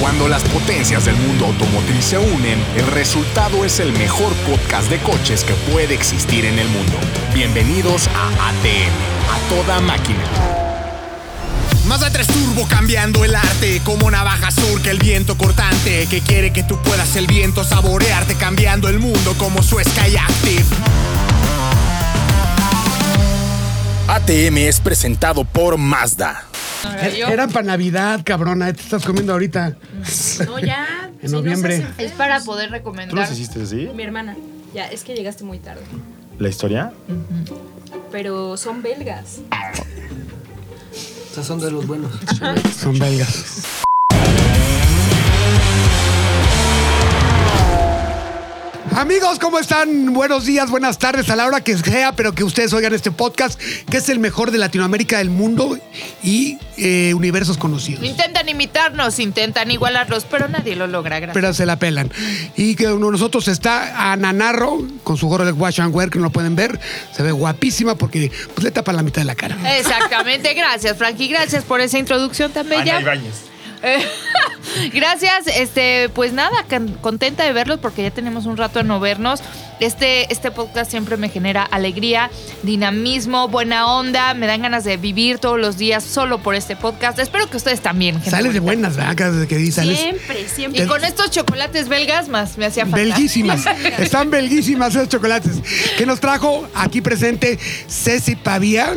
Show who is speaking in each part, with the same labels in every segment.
Speaker 1: Cuando las potencias del mundo automotriz se unen, el resultado es el mejor podcast de coches que puede existir en el mundo. Bienvenidos a ATM, a toda máquina. Mazda 3 Turbo cambiando el arte Como navaja surca el viento cortante Que quiere que tú puedas el viento saborearte Cambiando el mundo como su Sky Active ATM es presentado por Mazda
Speaker 2: Era, era para Navidad, cabrona. ¿eh? Te estás comiendo ahorita.
Speaker 3: No, ya.
Speaker 2: En noviembre.
Speaker 3: no seas enfermo. es para poder
Speaker 4: ¿Tú nos
Speaker 3: recomendar.
Speaker 4: hiciste así?
Speaker 3: Mi hermana. Ya, es que llegaste muy tarde.
Speaker 4: ¿La historia?
Speaker 3: Pero son belgas.
Speaker 5: Estos son de los buenos.
Speaker 2: Son belgas. Amigos, ¿cómo están? Buenos días, buenas tardes, a la hora que sea, pero que ustedes oigan este podcast, que es el mejor de Latinoamérica, del mundo y eh, universos conocidos.
Speaker 6: Intentan imitarnos, intentan igualarlos, pero nadie lo logra. Gracias.
Speaker 2: Pero se la pelan. Y que uno de nosotros está Ananarro, con su gorro de wash and wear, que no lo pueden ver. Se ve guapísima porque pues, le tapa la mitad de la cara.
Speaker 6: Exactamente, gracias, Frankie. Gracias por esa introducción tan
Speaker 4: Ana
Speaker 6: bella.
Speaker 4: Ibáñez.
Speaker 6: Eh, gracias, este, pues nada, can- contenta de verlos porque ya tenemos un rato de no vernos. Este, este podcast siempre me genera alegría, dinamismo, buena onda, me dan ganas de vivir todos los días solo por este podcast. Espero que ustedes también. gente
Speaker 2: Sales de
Speaker 6: bonita.
Speaker 2: buenas, ¿verdad? Cada que dices, sales.
Speaker 3: Siempre, siempre.
Speaker 6: Y con estos chocolates belgas más me hacía falta.
Speaker 2: Belguísimas, están belguísimas esos chocolates. Que nos trajo aquí presente Ceci Pavía.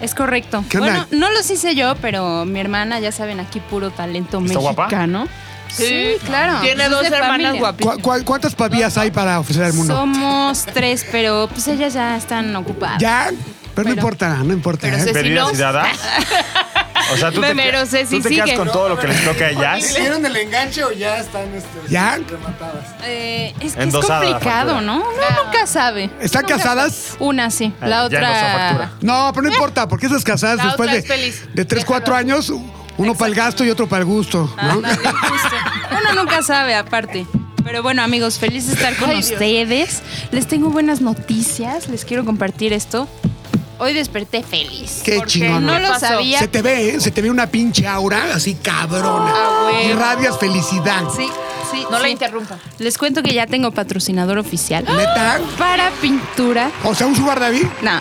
Speaker 7: Es correcto.
Speaker 2: ¿Qué onda?
Speaker 7: Bueno, no los hice yo, pero mi hermana, ya saben, aquí puro talento
Speaker 4: ¿Está guapa?
Speaker 7: mexicano.
Speaker 6: Sí.
Speaker 7: Sí, claro. Pues
Speaker 6: Tiene
Speaker 7: Es de
Speaker 6: dos hermanas
Speaker 7: familia.
Speaker 2: ¿Cu-
Speaker 6: guapísimas.
Speaker 2: cu- cuántas pavías hay para ofrecer al mundo?
Speaker 7: Somos tres, pero pues ellas ya están ocupadas.
Speaker 2: Ya, pero no
Speaker 7: Pero-
Speaker 2: importa, no importa.
Speaker 6: pero
Speaker 2: ¿eh?
Speaker 6: se-
Speaker 4: ¿Bebidas
Speaker 6: no-
Speaker 4: y dadas? O sea, tú te,
Speaker 6: Pero
Speaker 4: tú te
Speaker 6: Ceci
Speaker 4: quedas
Speaker 6: sigue.
Speaker 4: con todo lo que les toca a ellas.
Speaker 5: ¿Hicieron el enganche o ya están este,
Speaker 2: ¿Ya?
Speaker 5: rematadas?
Speaker 7: Eh, es que
Speaker 4: Endosada la
Speaker 7: es complicado,
Speaker 4: factura.
Speaker 7: ¿no? Uno nunca sabe.
Speaker 2: ¿Están
Speaker 7: Nunca-
Speaker 2: casadas?
Speaker 7: Una sí,
Speaker 4: Ah,
Speaker 7: la
Speaker 4: ya endosó factura.
Speaker 7: otra.
Speaker 2: No, pero no importa, porque esas casadas
Speaker 6: La
Speaker 2: después
Speaker 6: otra
Speaker 2: de,
Speaker 6: es feliz.
Speaker 2: de 3, 4 años, uno para el gasto y otro para el gusto. ¿no?
Speaker 7: Ándale, justo. Uno nunca sabe, aparte. Pero bueno, amigos, feliz de estar con ustedes. Les tengo buenas noticias. Les quiero compartir esto. Hoy desperté feliz.
Speaker 2: Qué
Speaker 6: Porque
Speaker 2: chingón.
Speaker 7: No
Speaker 2: güey.
Speaker 7: lo
Speaker 6: pasó?
Speaker 7: sabía.
Speaker 2: Se te ve, ¿eh? se te ve una pinche aura así cabrona.
Speaker 7: Ah, güey.
Speaker 2: y radias felicidad.
Speaker 7: Sí, sí.
Speaker 6: No la
Speaker 7: sí.
Speaker 6: interrumpa.
Speaker 7: Les cuento que ya tengo patrocinador oficial
Speaker 2: ¿Neta?
Speaker 7: para pintura.
Speaker 2: O sea, un sugar David.
Speaker 7: No.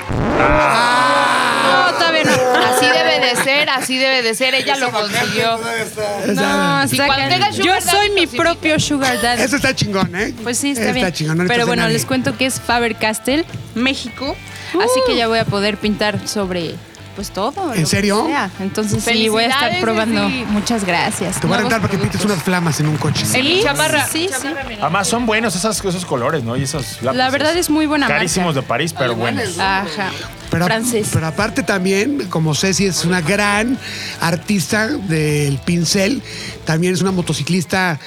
Speaker 2: Ah.
Speaker 7: No, todavía no.
Speaker 6: Así debe de ser, así debe de ser. Ella lo consiguió.
Speaker 7: No,
Speaker 6: Y cuando
Speaker 7: sacan-
Speaker 6: tengas
Speaker 7: Yo
Speaker 6: sugar daddy,
Speaker 7: soy mi
Speaker 6: los invito.
Speaker 7: propio sugar daddy.
Speaker 2: Eso está chingón, ¿eh?
Speaker 7: Pues sí, está,
Speaker 2: está
Speaker 7: bien.
Speaker 2: chingón, no necesitas de
Speaker 7: Pero bueno,
Speaker 2: nadie.
Speaker 7: les cuento que es Faber Castell, México. Así que ya voy a poder pintar sobre pues todo.
Speaker 2: ¿En
Speaker 7: lo
Speaker 2: serio?
Speaker 7: que sea. Entonces sí, voy a estar
Speaker 6: Felicidades,
Speaker 7: probando.
Speaker 6: Ceci.
Speaker 7: Muchas gracias.
Speaker 2: Te voy a
Speaker 7: Nuevos
Speaker 2: rentar para que pintes unas flamas en un coche.
Speaker 7: Sí,
Speaker 6: Chamarra.
Speaker 7: sí, sí, sí.
Speaker 4: Además, son buenos esas- esos colores, ¿no? Y esos lápices.
Speaker 7: La verdad es muy buena
Speaker 4: Carísimos
Speaker 7: marca.
Speaker 4: de París, pero buenos.
Speaker 7: Ajá.
Speaker 2: Pero,
Speaker 7: Francés.
Speaker 2: pero aparte también, como Ceci es una gran artista del pincel, también es una motociclista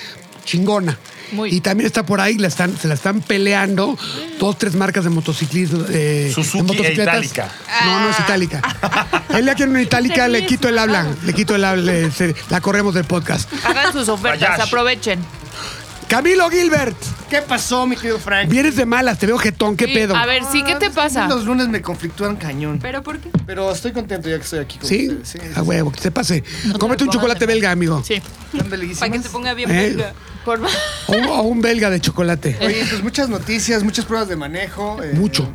Speaker 2: chingona.
Speaker 6: Muy.
Speaker 2: Y también está por ahí, la están, se la están peleando dos, tres marcas de motociclismo. eh,
Speaker 4: Suzuki
Speaker 2: de
Speaker 4: e
Speaker 2: motocicletas.
Speaker 4: Itálica.
Speaker 2: No, no es itálica.
Speaker 7: Ah.
Speaker 2: Él le quiere una itálica, le quito el habla, le quito el habla, le- se- la corremos del podcast.
Speaker 6: Hagan sus ofertas,
Speaker 4: Vayash.
Speaker 6: aprovechen.
Speaker 2: Camilo Gilbert,
Speaker 5: ¿Qué pasó, mi querido Frank? Ah, pues,
Speaker 2: vienes de malas, te veo jetón, ¿qué
Speaker 6: Sí,
Speaker 2: pedo?
Speaker 6: A ver, sí, ¿qué
Speaker 7: Ah, pues,
Speaker 6: te pasa?
Speaker 5: Los lunes me conflictúan cañón.
Speaker 7: ¿Pero por qué?
Speaker 5: Pero estoy contento ya que estoy aquí con
Speaker 2: ¿Sí? Ah,
Speaker 5: ustedes.
Speaker 2: A huevo, que se pase. Cómete un chocolate belga, amigo.
Speaker 6: Sí.
Speaker 5: Están bellísimas.
Speaker 7: Para que te ponga bien
Speaker 2: ¿Eh?
Speaker 7: belga.
Speaker 6: Por...
Speaker 2: O, un- o un belga de chocolate.
Speaker 5: Oye, pues muchas noticias, muchas pruebas de manejo. eh,
Speaker 2: Mucho.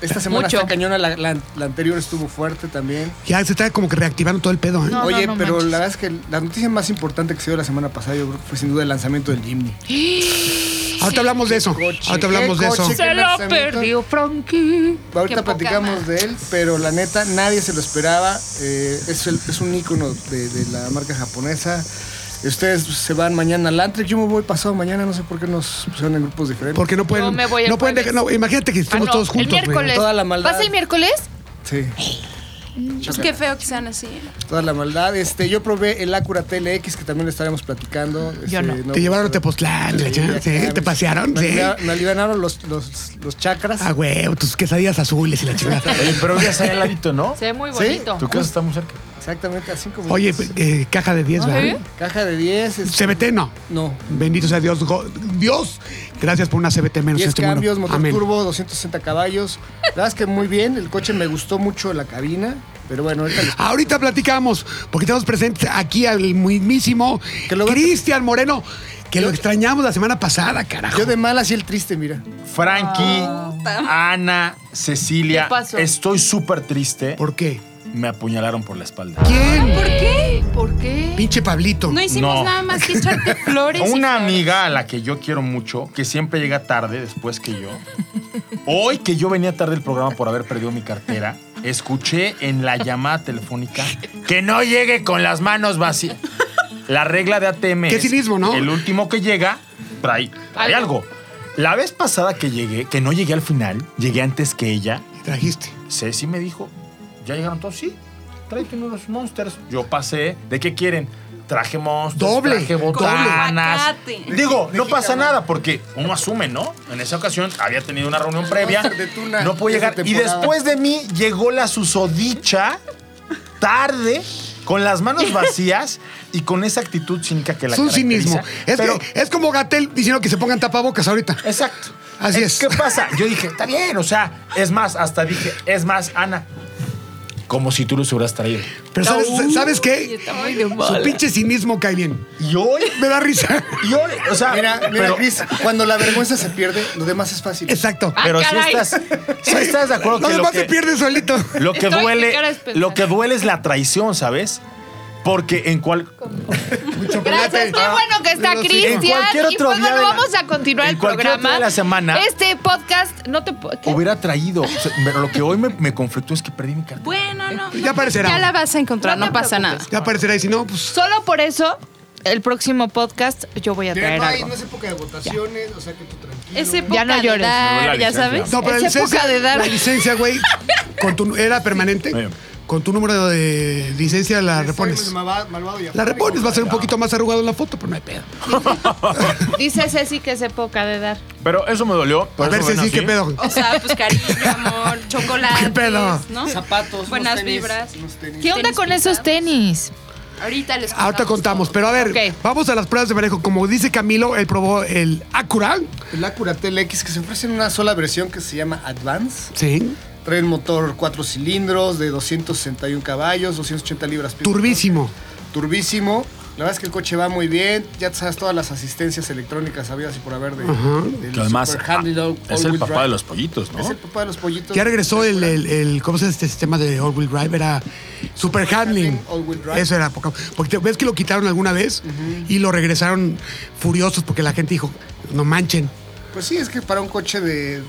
Speaker 5: Esta semana
Speaker 6: Mucho.
Speaker 5: está cañona, la, la- la anterior estuvo fuerte también.
Speaker 2: Ya se está como que reactivando todo el pedo, ¿eh?
Speaker 6: No,
Speaker 5: Oye,
Speaker 6: no, no
Speaker 5: pero
Speaker 6: manches.
Speaker 5: la verdad es que la noticia más importante que se dio la semana pasada, yo creo que fue sin duda el lanzamiento del Jimny.
Speaker 2: Ahorita hablamos de eso.
Speaker 5: coche,
Speaker 2: Ahorita hablamos
Speaker 5: qué
Speaker 2: de eso.
Speaker 5: coche.
Speaker 6: Se lo perdió, Frankie. Qué
Speaker 5: Ahorita
Speaker 6: poca
Speaker 5: platicamos
Speaker 6: madre.
Speaker 5: de él, pero la neta nadie se lo esperaba. Eh, es, el- es un ícono de, de la marca japonesa. Ustedes se van mañana al Antrek, yo me voy pasado mañana, no sé por qué nos pusieron en grupos diferentes.
Speaker 2: Porque no pueden.
Speaker 6: No me voy el
Speaker 2: no pueden
Speaker 6: jueves.
Speaker 2: dejar- no, imagínate que estemos
Speaker 6: Ah, no,
Speaker 2: todos juntos.
Speaker 6: El
Speaker 2: güey.
Speaker 6: miércoles.
Speaker 5: Toda la maldad.
Speaker 6: ¿Vas el miércoles?
Speaker 5: Sí,
Speaker 7: Qué feo que sean así.
Speaker 5: toda la maldad. Este, yo probé el Acura TLX, que también lo estaremos platicando. Este,
Speaker 6: no.
Speaker 2: Te llevaron a Tepoztlán, la
Speaker 5: Sí,
Speaker 2: chingada,
Speaker 5: ya
Speaker 2: sí,
Speaker 5: sabes.
Speaker 2: te pasearon,
Speaker 5: Me,
Speaker 2: sí.
Speaker 5: alivia- me alivianaron los, los, los chakras.
Speaker 2: Ah, güey, tus quesadillas azules y la chingada.
Speaker 4: Oye, pero ya está ahí al ladito, ¿no?
Speaker 6: Se ve muy
Speaker 5: Sí.
Speaker 6: bonito.
Speaker 4: Tu casa está muy cerca.
Speaker 5: Exactamente, así como.
Speaker 6: ¿Ah,
Speaker 2: Oye, eh, caja de 10, ¿verdad?
Speaker 5: Caja de 10. este,
Speaker 2: CBT no.
Speaker 5: No.
Speaker 2: Bendito sea Dios, go- cambios. Gracias por una CBT menos en
Speaker 5: 10
Speaker 2: este mundo.
Speaker 5: cambios, motor
Speaker 2: Amén.
Speaker 5: turbo, 260 caballos. La verdad es que muy bien, el coche me gustó mucho la cabina, pero bueno, ahorita les...
Speaker 2: Ahorita platicamos, porque tenemos presentes aquí al mismísimo
Speaker 5: Que lo-
Speaker 2: Cristian Moreno, que lo extrañamos la semana pasada, carajo.
Speaker 5: Yo de malas y el triste, mira.
Speaker 4: Frankie, Ana, Cecilia,
Speaker 6: Ah, ¿Qué pasó?
Speaker 4: estoy súper triste.
Speaker 2: ¿Por qué?
Speaker 4: Me apuñalaron por la espalda.
Speaker 2: ¿Quién?
Speaker 7: ¿Por qué?
Speaker 6: ¿Por qué?
Speaker 2: Pinche Pablito.
Speaker 7: No hicimos
Speaker 4: No.
Speaker 7: nada más que echarte flores. y
Speaker 4: Una
Speaker 7: flores.
Speaker 4: amiga a la que yo quiero mucho, que siempre llega tarde después que yo. Hoy que yo venía tarde del programa por haber perdido mi cartera, escuché en la llamada telefónica que no llegue con las manos vacías. La regla de ATM
Speaker 2: Qué
Speaker 4: es
Speaker 2: cinismo, ¿no?
Speaker 4: el último que llega trae, trae algo. La vez pasada que llegué, que no llegué al final, llegué antes que ella.
Speaker 2: Trajiste.
Speaker 4: Ceci me dijo, ¿ya llegaron todos? Sí, tráete unos monsters. Yo pasé, ¿de qué quieren? Traje monsters,
Speaker 2: Doble,
Speaker 4: traje
Speaker 2: doble.
Speaker 4: botanas.
Speaker 7: Aguacate.
Speaker 4: Digo, no pasa nada porque uno asume, ¿no? En esa ocasión había tenido una reunión previa,
Speaker 5: monster de tuna
Speaker 4: no puedo
Speaker 5: de esa
Speaker 4: llegar. Y
Speaker 5: temporada.
Speaker 4: después de mí llegó la susodicha tarde, con las manos vacías y con esa actitud cínica que la
Speaker 2: Es un cinismo.
Speaker 4: caracteriza.
Speaker 2: Es,
Speaker 4: Pero-
Speaker 2: que, es como Gatel diciendo que se pongan tapabocas ahorita.
Speaker 4: Exacto.
Speaker 2: Así
Speaker 4: Eh,
Speaker 2: es.
Speaker 4: ¿Qué pasa? Yo dije, está bien, o sea, es más, hasta dije, es más, Ana. Como si tú los hubieras traído.
Speaker 2: Pero ¿sabes, ¿sabes qué?
Speaker 6: Está muy de
Speaker 2: Su
Speaker 6: mala.
Speaker 2: pinche cinismo cae bien.
Speaker 4: Y hoy,
Speaker 2: Me da risa.
Speaker 4: y hoy, o sea,
Speaker 5: Mira, mira,
Speaker 4: pero,
Speaker 5: Cris, cuando la vergüenza se pierde, lo demás es fácil.
Speaker 2: Exacto.
Speaker 4: pero
Speaker 6: Ah,
Speaker 4: si
Speaker 6: caray.
Speaker 4: estás, si estás de acuerdo
Speaker 2: No,
Speaker 4: que lo
Speaker 2: nomás
Speaker 4: que,
Speaker 2: se pierde solito.
Speaker 4: lo que
Speaker 6: Estoy- mi
Speaker 4: duele,
Speaker 6: cara es pensar.
Speaker 4: lo que duele es la traición, ¿sabes? Porque en cual,
Speaker 6: Gracias, qué bueno que está
Speaker 5: Pero sí,
Speaker 6: Cristian.
Speaker 4: Ah, en cualquier
Speaker 6: y
Speaker 4: otro
Speaker 6: pues
Speaker 4: día
Speaker 6: bueno,
Speaker 4: de la-
Speaker 6: vamos a continuar
Speaker 4: en
Speaker 6: el
Speaker 4: cualquier otro
Speaker 6: programa.
Speaker 4: día de la semana.
Speaker 6: Este podcast no te po- ¿qué?
Speaker 4: hubiera traído. o sea, pero lo que hoy me, me conflictó es que perdí mi cartera.
Speaker 7: Bueno, no.
Speaker 2: Ya aparecerá.
Speaker 7: Ya la vas a encontrar, no,
Speaker 6: No te
Speaker 7: pasa nada.
Speaker 6: preocupes.
Speaker 2: Ya aparecerá y si no, pues.
Speaker 6: Solo por eso el próximo podcast yo voy a
Speaker 5: Mira,
Speaker 6: traer
Speaker 5: no, hay,
Speaker 6: algo.
Speaker 5: no es época de votaciones, o sea que tú tranquilo.
Speaker 7: Es época
Speaker 6: Ya no
Speaker 7: de
Speaker 6: llores.
Speaker 7: dar,
Speaker 4: Me doy la
Speaker 7: ya
Speaker 4: licencia.
Speaker 7: sabes.
Speaker 2: No, pero
Speaker 6: Es
Speaker 2: la
Speaker 6: época
Speaker 2: licencia,
Speaker 6: de dar-
Speaker 2: la licencia, güey, con tu, era permanente.
Speaker 4: Bien.
Speaker 2: Con tu número de licencia la repones.
Speaker 5: Soy malva- malvado y
Speaker 2: La
Speaker 5: afónico.
Speaker 2: repones, va a ser un poquito más arrugado en la foto, pero no hay pedo.
Speaker 6: Dice Ceci que es época de dar.
Speaker 4: Pero eso me dolió. por
Speaker 2: A ver,
Speaker 4: eso ven
Speaker 2: Ceci, ¿qué
Speaker 4: así.
Speaker 2: pedo?
Speaker 7: O sea, pues cariño, amor, chocolate.
Speaker 2: ¿Qué pedo?
Speaker 7: ¿no?
Speaker 5: Zapatos, unos
Speaker 7: Buenas
Speaker 5: tenis,
Speaker 7: vibras.
Speaker 5: unos tenis.
Speaker 6: ¿Qué onda
Speaker 7: Tenis
Speaker 6: con esos
Speaker 7: pintados.
Speaker 6: tenis?
Speaker 7: Ahorita les contamos.
Speaker 2: Ahorita contamos, pero a ver,
Speaker 6: Ok.
Speaker 2: vamos a las pruebas de manejo. Como dice Camilo, él probó el Acura.
Speaker 5: El Acura TLX que se ofrece en una sola versión que se llama Advance.
Speaker 2: Sí.
Speaker 5: Trae un motor cuatro cilindros de 261 caballos, 280 libras. pie.
Speaker 2: Turbísimo.
Speaker 5: Turbísimo. La verdad es que el coche va muy bien. Ya sabes todas las asistencias electrónicas habidas y por haber de, del
Speaker 4: Que además,
Speaker 5: Super Handy Dog
Speaker 4: ah, es
Speaker 5: All
Speaker 4: el
Speaker 5: Wheel
Speaker 4: papá de
Speaker 5: Drive.
Speaker 4: los pollitos, ¿no?
Speaker 5: Es el papá de los pollitos. Pues,
Speaker 2: Ya regresó el, el, el- ¿cómo se llama este sistema de all-wheel drive? Era super handling.
Speaker 5: all-wheel drive.
Speaker 2: Eso era poca. Porque ves que lo quitaron alguna vez y lo regresaron furiosos porque la gente dijo, no manchen.
Speaker 5: Pues sí, es que para un coche de,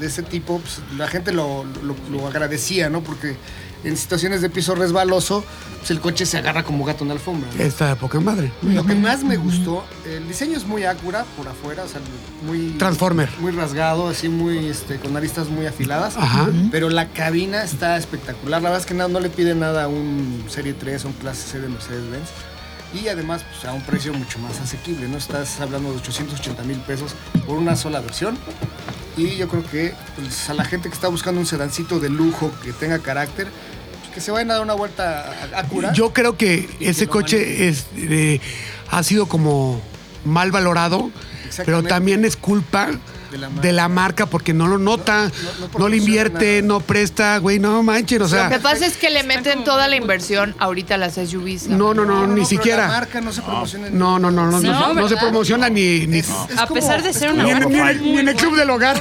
Speaker 5: de ese tipo, pues, la gente lo, lo- lo agradecía, ¿no? Porque en situaciones de piso resbaloso, pues, el coche se agarra como gato en la alfombra. ¿no?
Speaker 2: Esta de poca madre.
Speaker 5: Lo que más me gustó, el diseño es muy Acura por afuera, o sea, muy...
Speaker 2: Transformer.
Speaker 5: Muy rasgado, así muy, este, con aristas muy afiladas.
Speaker 2: Ajá.
Speaker 5: Pero la cabina está espectacular. La verdad es que no, no le pide nada a un Serie 3 o un Clase C de Mercedes-Benz. Y además, pues, a un precio mucho más asequible, ¿no? Estás hablando de 880 mil pesos por una sola versión. Y yo creo que pues, a la gente que está buscando un sedancito de lujo que tenga carácter, pues, que se vayan a dar una vuelta a, a Acura.
Speaker 2: Yo creo que
Speaker 5: Y que
Speaker 2: ese
Speaker 5: lo
Speaker 2: coche es, eh, ha sido como mal valorado, pero
Speaker 5: Exactamente.
Speaker 2: también es culpa de
Speaker 5: De
Speaker 2: la,
Speaker 5: la marca.
Speaker 2: marca porque no lo nota,
Speaker 5: no-
Speaker 2: no,
Speaker 5: no
Speaker 2: le
Speaker 5: proporciona
Speaker 2: invierte,
Speaker 5: nada.
Speaker 2: no presta, güey, no manchen, o
Speaker 6: Lo que
Speaker 2: sea,
Speaker 6: pasa es que le meten toda la inversión ahorita a las SUVs.
Speaker 2: no, no, no, ni
Speaker 5: pero
Speaker 2: siquiera.
Speaker 5: La marca no se promociona. en-
Speaker 2: No, no, no, no, no,
Speaker 7: No,
Speaker 2: no se
Speaker 7: ¿verdad?
Speaker 2: promociona ni, ni,
Speaker 5: Es- es
Speaker 7: A
Speaker 5: como-
Speaker 7: pesar de ser
Speaker 5: es
Speaker 7: una
Speaker 2: ni en,
Speaker 7: marca
Speaker 2: ni en el- ni en el club del hogar.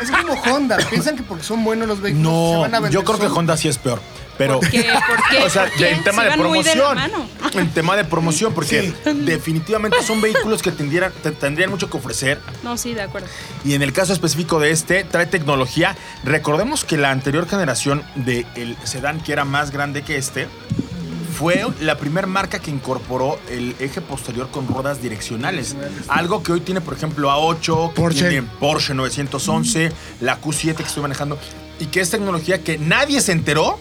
Speaker 5: Es como Honda. Piensan que porque son buenos los vehículos se van a
Speaker 4: No,
Speaker 5: vender.
Speaker 4: yo creo que
Speaker 5: solos.
Speaker 4: Honda sí es peor. Pero,
Speaker 7: ¿Por qué? ¿Por qué?
Speaker 4: o sea,
Speaker 7: ¿Por qué?
Speaker 4: en tema
Speaker 7: Si
Speaker 4: de
Speaker 7: van muy de la
Speaker 4: promoción.
Speaker 7: mano.
Speaker 4: En tema de promoción, porque definitivamente son vehículos que tendieran- te- tendrían mucho que ofrecer.
Speaker 7: No, sí, de acuerdo.
Speaker 4: Y en el caso específico de este, trae tecnología. Recordemos que la anterior generación del el sedán, que era más grande que este, fue la primera marca que incorporó el eje posterior con ruedas direccionales. Algo que hoy tiene, por ejemplo, A8, que
Speaker 2: Porsche.
Speaker 4: tiene Porsche 911, la Q7 que estoy manejando, y que es tecnología que nadie se enteró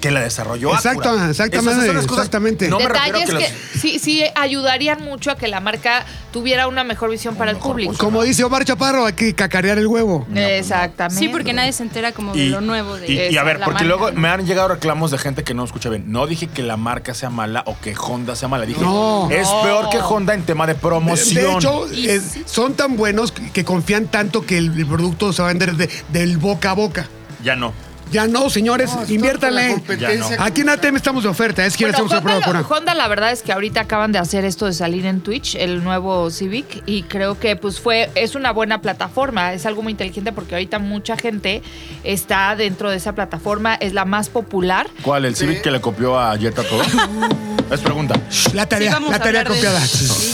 Speaker 4: que la desarrolló
Speaker 2: Exacto,
Speaker 4: Acura.
Speaker 2: exactamente,
Speaker 4: Esas son las cosas-
Speaker 2: exactamente.
Speaker 4: No me refiero a
Speaker 6: Detalles
Speaker 4: que,
Speaker 6: que,
Speaker 4: las-
Speaker 6: sí, sí ayudarían mucho a que la marca tuviera una mejor visión para el público.
Speaker 2: Como dice Omar Chaparro, hay que cacarear el huevo.
Speaker 6: Exactamente.
Speaker 7: Sí, porque nadie se entera como de lo nuevo de
Speaker 4: y- y a ver,
Speaker 7: la
Speaker 4: porque
Speaker 7: marca,
Speaker 4: luego
Speaker 7: ¿no?
Speaker 4: me han llegado reclamos de gente que no escucha bien. No dije que la marca sea mala o que Honda sea mala. Dije,
Speaker 2: No.
Speaker 4: es peor que Honda en tema de promoción.
Speaker 2: De hecho, es- son tan buenos que que confían tanto que el, el producto se va a vender de- del boca a boca.
Speaker 4: ya no.
Speaker 2: Ya no, señores, inviértanle.
Speaker 4: Ya
Speaker 2: Aquí en ATM estamos de oferta, es que
Speaker 6: Bueno,
Speaker 2: hacemos una
Speaker 6: Honda,
Speaker 2: prueba con
Speaker 6: lo-
Speaker 2: una.
Speaker 6: Honda, la verdad es que ahorita acaban de hacer esto de salir en Twitch, el nuevo Civic, y creo que pues fue, es una buena plataforma, es algo muy inteligente porque ahorita mucha gente está dentro de esa plataforma, es la más popular.
Speaker 4: ¿Cuál? ¿El Civic que le copió a Jetta todo? es pregunta.
Speaker 2: La tarea,
Speaker 7: vamos
Speaker 2: la
Speaker 7: a
Speaker 2: tarea
Speaker 7: hablar de-
Speaker 2: copiada.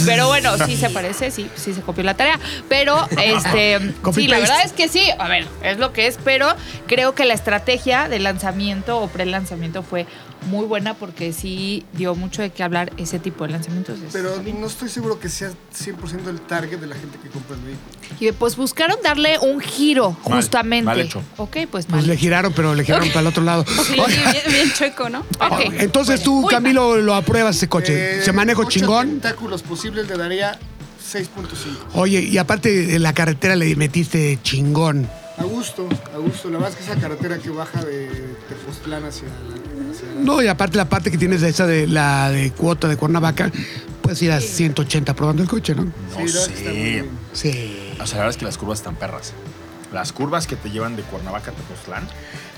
Speaker 6: Pero bueno, sí se parece, sí, sí se copió la tarea. Pero, este,
Speaker 2: Copy
Speaker 6: sí, la
Speaker 2: paste.
Speaker 6: verdad es que sí, a ver, es lo que es, pero creo que la estrategia de lanzamiento o pre-lanzamiento fue muy buena porque sí dio mucho de qué hablar ese tipo de lanzamientos.
Speaker 5: Pero no estoy seguro que sea 100% el target de la gente que compra el vehículo.
Speaker 6: Y pues buscaron darle un giro,
Speaker 4: Mal,
Speaker 6: justamente.
Speaker 4: mal hecho.
Speaker 6: Ok, pues mal.
Speaker 2: Pues le giraron, pero le giraron para el otro lado.
Speaker 7: Sí,
Speaker 2: Oye,
Speaker 7: bien, bien chueco, ¿no?
Speaker 6: Ok.
Speaker 2: Entonces tú,
Speaker 6: Uy,
Speaker 2: Camilo, lo apruebas ese coche.
Speaker 5: Eh,
Speaker 2: ¿Se manejo
Speaker 5: ocho
Speaker 2: chingón?
Speaker 5: tentáculos posibles le daría 6.5.
Speaker 2: Oye, y aparte en la carretera le metiste chingón.
Speaker 5: A gusto, a gusto. La verdad es que esa carretera que baja de Tepoztlán hacia... la- hacia la-
Speaker 2: No, y aparte la parte que tienes de esa de la de cuota de Cuernavaca, puedes ir a 180 probando el coche, ¿no?
Speaker 4: No
Speaker 5: Sí, no, está muy
Speaker 4: sé.
Speaker 5: bien.
Speaker 2: Sí.
Speaker 4: O sea, la verdad es que las curvas están perras. Las curvas que te llevan de Cuernavaca a Tepoztlán.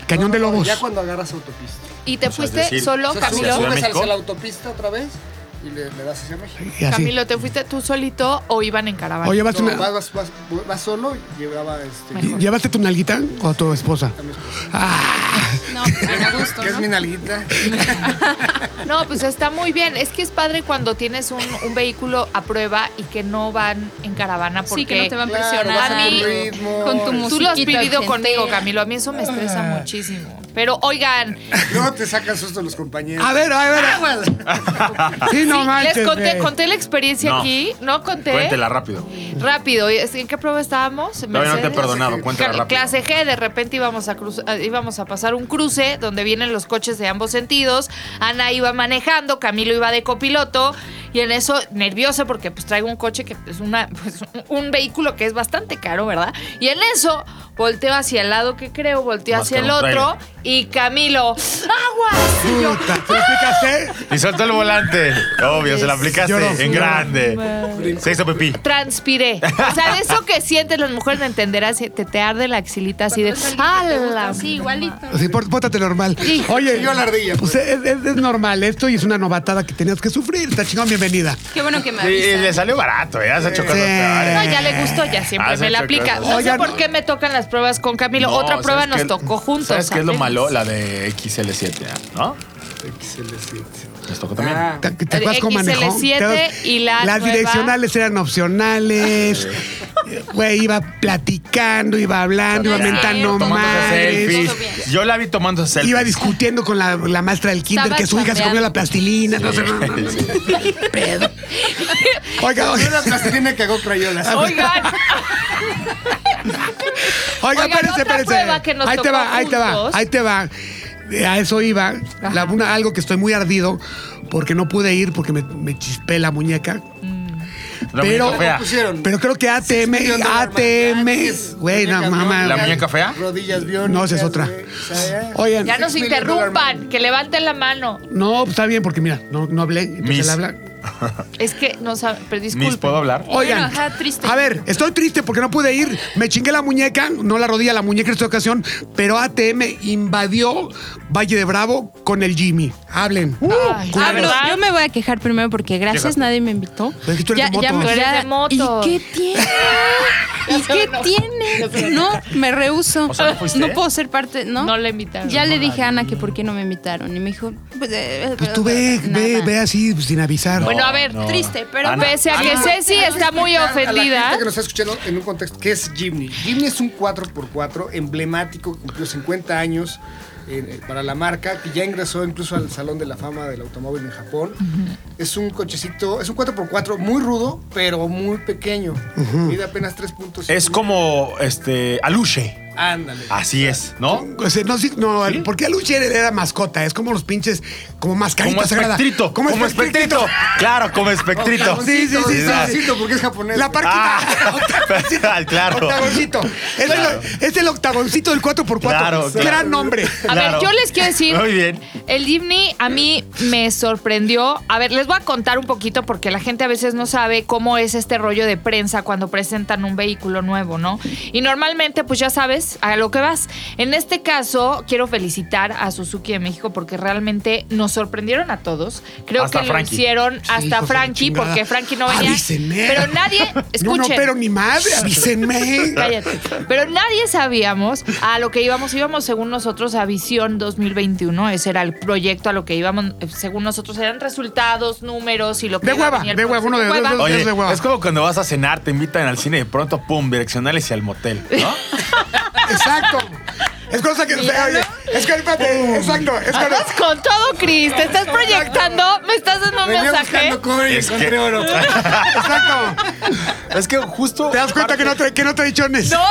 Speaker 2: Cañón de
Speaker 5: No, no, no,
Speaker 2: lobos.
Speaker 5: Ya cuando agarras autopista.
Speaker 6: ¿Y te
Speaker 4: O sea,
Speaker 6: fuiste
Speaker 4: es decir,
Speaker 6: solo,
Speaker 5: O sea,
Speaker 4: sí,
Speaker 6: Oh,
Speaker 4: sí,
Speaker 6: Camilo?
Speaker 5: subes
Speaker 4: Ciudad de México.
Speaker 5: hacia la autopista otra vez y le, le das hacia México.
Speaker 2: Y así.
Speaker 6: Camilo, ¿te fuiste tú solito o iban en caravana?
Speaker 2: Oye, ¿llevaste,
Speaker 5: No,
Speaker 2: una-
Speaker 5: vas, vas- vas- vas solo y llevaba este...
Speaker 2: ¿llevaste tu nalguita o tu esposa? Ah,
Speaker 5: a mi esposa.
Speaker 7: No, bien a gusto,
Speaker 5: Que es
Speaker 7: ¿no?
Speaker 5: mi nalguita.
Speaker 6: No, pues está muy bien. Es que es padre cuando tienes un, un vehículo a prueba y que no van en caravana porque
Speaker 7: Sí, que no te van
Speaker 5: Claro,
Speaker 6: vas a
Speaker 7: presionando.
Speaker 6: tu
Speaker 5: ritmo.
Speaker 7: Con tu
Speaker 6: tú lo has
Speaker 7: musiquita
Speaker 6: vivido
Speaker 7: ochentera.
Speaker 6: conmigo, Camilo. A mí eso me estresa
Speaker 2: Ah.
Speaker 6: muchísimo. Pero oigan,
Speaker 5: Luego te sacan susto los compañeros.
Speaker 2: A ver, a ver. a ver. Sí, no
Speaker 6: sí,
Speaker 2: manches.
Speaker 6: les conté,
Speaker 2: güey.
Speaker 6: conté la experiencia
Speaker 4: No.
Speaker 6: aquí. No conté.
Speaker 4: Cuéntela rápido.
Speaker 6: Rápido, es- ¿en qué prueba estábamos?
Speaker 4: Todavía no te he
Speaker 6: Mercedes.
Speaker 4: perdonado. Cuéntela
Speaker 6: Cla-
Speaker 4: rápido.
Speaker 6: Clase G, de repente íbamos a, cruz- ah, íbamos a pasar un cruce donde vienen los coches de ambos sentidos. Ana iba manejando, Camilo iba de copiloto. Y en eso, nerviosa, porque pues traigo un coche que es una, pues, un- un vehículo que es bastante caro, ¿verdad? Y en eso, volteo hacia el lado que creo, volteo
Speaker 4: Más
Speaker 6: hacia el
Speaker 4: caro un
Speaker 6: otro. Y Camilo, ¡ah! ¡aguas! Y yo,
Speaker 2: Puta, ¿te lo explicaste?
Speaker 4: Y soltó el volante. Obvio, se la aplicaste
Speaker 2: Lloró.
Speaker 4: en grande. Se hizo pipí.
Speaker 6: transpiré. O sea, de eso que sientes las mujeres, me entenderás, te, te arde la axilita así de...
Speaker 7: Ah, te gusta
Speaker 6: ¡Ala!
Speaker 7: así, igualito.
Speaker 2: Sí, por- pórtate normal. Oye,
Speaker 5: yo la ardilla,
Speaker 2: pues, es, es- es normal esto y es una novatada que tenías que sufrir. Está chingón, bienvenida.
Speaker 7: Qué bueno que me
Speaker 4: Y, y le
Speaker 7: avisas.
Speaker 4: salió barato, ¿eh? Has hecho
Speaker 2: Sí.
Speaker 4: cosas peores.
Speaker 6: No, ya le gustó, ya siempre
Speaker 4: Has
Speaker 6: me la
Speaker 4: hecho
Speaker 6: aplica.
Speaker 4: cosas.
Speaker 6: No sé
Speaker 2: Oigan,
Speaker 6: por
Speaker 2: no.
Speaker 6: qué me tocan las pruebas con Camilo.
Speaker 4: No,
Speaker 6: Otra
Speaker 4: ¿sabes
Speaker 6: prueba nos
Speaker 4: qué?
Speaker 6: tocó juntos.
Speaker 4: ¿Sabes qué es lo
Speaker 6: apenas.
Speaker 4: malo? La de XL7, ¿eh? ¿no?
Speaker 5: XL7.
Speaker 4: Nos tocó también.
Speaker 5: Ah,
Speaker 2: ¿Te, te acuerdas cómo
Speaker 6: XL7
Speaker 2: manejó? ¿Te-
Speaker 6: y la
Speaker 2: Las
Speaker 6: nueva-
Speaker 2: direccionales eran opcionales. Güey, iba platicando, iba hablando, iba
Speaker 7: No es
Speaker 2: mentando
Speaker 7: cierto.
Speaker 4: Tomándose
Speaker 2: madres.
Speaker 7: Todo bien.
Speaker 4: selfies. Yo la vi tomando selfies.
Speaker 2: Iba discutiendo con la, la maestra del kinder
Speaker 7: Estaba
Speaker 2: que su hija se
Speaker 7: chambeando.
Speaker 2: comió la plastilina. No sé, no, no, no. Pedo. Oiga,
Speaker 5: Yo
Speaker 2: oiga,
Speaker 5: la plastilina cagó crayolas.
Speaker 6: Oigan,
Speaker 2: oiga,
Speaker 6: Oigan,
Speaker 2: espérense,
Speaker 6: otra
Speaker 2: espérense.
Speaker 6: prueba que nos
Speaker 2: ahí te
Speaker 6: tocó
Speaker 2: va, ahí te va,
Speaker 6: juntos.
Speaker 2: ahí te va. Eh, A eso iba. La- una- algo que estoy muy ardido porque no pude ir porque me, me chispé la muñeca.
Speaker 4: La
Speaker 2: pero-
Speaker 4: muñeca
Speaker 2: pues,
Speaker 4: fea.
Speaker 5: pusieron?
Speaker 2: Pero creo que ATM,
Speaker 5: Millón de
Speaker 2: ATM,
Speaker 5: barbaridades.
Speaker 2: güey, no
Speaker 5: Muñeca
Speaker 2: mamá.
Speaker 4: La
Speaker 5: biónica,
Speaker 4: muñeca fea.
Speaker 5: Rodillas biónicas.
Speaker 2: No, esa es otra.
Speaker 5: güey. O sea, ya.
Speaker 2: Oigan,
Speaker 6: ya nos
Speaker 5: Six million dollar
Speaker 6: interrumpan, que levanten la mano.
Speaker 2: no, pues, está bien porque mira, no, no hablé, entonces
Speaker 4: Miss.
Speaker 2: él habla.
Speaker 6: Es que no saben, pero
Speaker 4: Miss,
Speaker 6: disculpen.
Speaker 4: ¿puedo hablar?
Speaker 2: Oigan,
Speaker 7: Bueno, ajá, triste.
Speaker 2: a ver, estoy triste porque no pude ir, me chingué la muñeca, no la rodilla, la muñeca en esta ocasión, pero ATM invadió Valle de Bravo con el Jimmy. Hablen.
Speaker 6: Ay,
Speaker 2: Con-
Speaker 6: la
Speaker 7: Hablo-
Speaker 6: verdad.
Speaker 7: Uh, Ah, yo me voy a quejar primero porque gracias,
Speaker 4: Quejaste.
Speaker 7: nadie me invitó.
Speaker 2: Pero es que tú eres de motos.
Speaker 7: me
Speaker 6: Tú eres
Speaker 7: queda-
Speaker 6: de motos.
Speaker 7: ¿Y qué tiene? ¿Y qué tiene? No, me rehuso.
Speaker 4: O sea, ¿no fuiste?
Speaker 7: puedo ser parte, ¿no?
Speaker 6: No le invitaron.
Speaker 7: Ya le dije a Ana que por qué no me invitaron y me dijo, pues, eh,
Speaker 2: Pues tú ve,
Speaker 7: nada.
Speaker 2: ve, ve así pues, sin avisar.
Speaker 6: Bueno, a ver,
Speaker 4: No.
Speaker 7: Triste, pero
Speaker 4: Ana,
Speaker 6: pese a
Speaker 5: Ah,
Speaker 6: que
Speaker 4: Ana.
Speaker 6: Ceci está muy
Speaker 5: A La
Speaker 6: ofendida.
Speaker 5: gente que nos está escuchando en un contexto, ¿qué es Jimny? Jimny es un 4x4 emblemático que cumplió 50 años eh, para la marca, que ya ingresó incluso al Salón de la Fama del Automóvil en Japón. Es un cochecito, es un 4x4 muy rudo, pero muy pequeño. Mide apenas 3.5.
Speaker 4: Es como este. Aluche.
Speaker 5: Ándale.
Speaker 2: Ah,
Speaker 4: Así es, ¿no?
Speaker 2: O sea, no, sí, no, porque Lucher era mascota, es como los pinches, como mascarita
Speaker 4: Como
Speaker 2: sagrada.
Speaker 4: espectrito.
Speaker 2: Como
Speaker 4: Como
Speaker 2: espectrito.
Speaker 4: espectrito. Claro, como espectrito.
Speaker 2: Sí, sí, sí, sí, sí.
Speaker 5: Octagoncito, porque es japonés.
Speaker 2: La
Speaker 5: güey.
Speaker 2: parquita.
Speaker 4: Ah, claro.
Speaker 2: Octagoncito. Es, el, es el octagoncito del 4x4.
Speaker 4: Claro,
Speaker 2: Gran
Speaker 4: claro.
Speaker 2: nombre.
Speaker 6: A
Speaker 4: Claro.
Speaker 6: ver, yo les quiero decir.
Speaker 4: Muy bien.
Speaker 6: El Divni a mí me sorprendió. A ver, les voy a contar un poquito porque la gente a veces no sabe cómo es este rollo de prensa cuando presentan un vehículo nuevo, ¿no? Y normalmente, pues ya sabes a lo que vas. En este caso, quiero felicitar a Suzuki de México porque realmente nos sorprendieron a todos. Creo
Speaker 4: Hasta
Speaker 6: que lo
Speaker 4: Frankie.
Speaker 6: hicieron
Speaker 2: Hijo de
Speaker 6: hasta
Speaker 2: la
Speaker 6: Frankie
Speaker 2: chingada.
Speaker 6: porque Frankie no venía.
Speaker 2: Avísenme.
Speaker 6: Pero nadie, escuchen.
Speaker 2: No, no, pero ni madre, avísenme.
Speaker 6: Cállate. Pero nadie sabíamos a lo que íbamos. Íbamos, según nosotros, a Visión 2021. Ese era el proyecto a lo que íbamos. eh, Según nosotros, eran resultados, números y lo que
Speaker 2: De
Speaker 6: iba a
Speaker 2: hueva,
Speaker 6: venir el
Speaker 2: de hueva,
Speaker 6: próximo.
Speaker 2: uno de
Speaker 6: Hueva.
Speaker 2: dos, dos,
Speaker 4: Oye,
Speaker 2: Es de hueva.
Speaker 4: es como cuando vas a cenar, te invitan al cine y de pronto, pum, direccionales y al motel, ¿no?
Speaker 2: Exacto. Es cosa que. oye, es que
Speaker 6: Uh.
Speaker 2: espérate, exacto. Es que-
Speaker 6: Andas con todo, Cris. Te estás proyectando. Me estás dando un
Speaker 5: Venía
Speaker 6: mensaje.
Speaker 5: buscando cobre y
Speaker 4: Es que-
Speaker 5: encontré oro.
Speaker 2: exacto.
Speaker 4: Es que justo.
Speaker 2: Te das cuenta que no trae, que no trae chones.
Speaker 6: ¡No!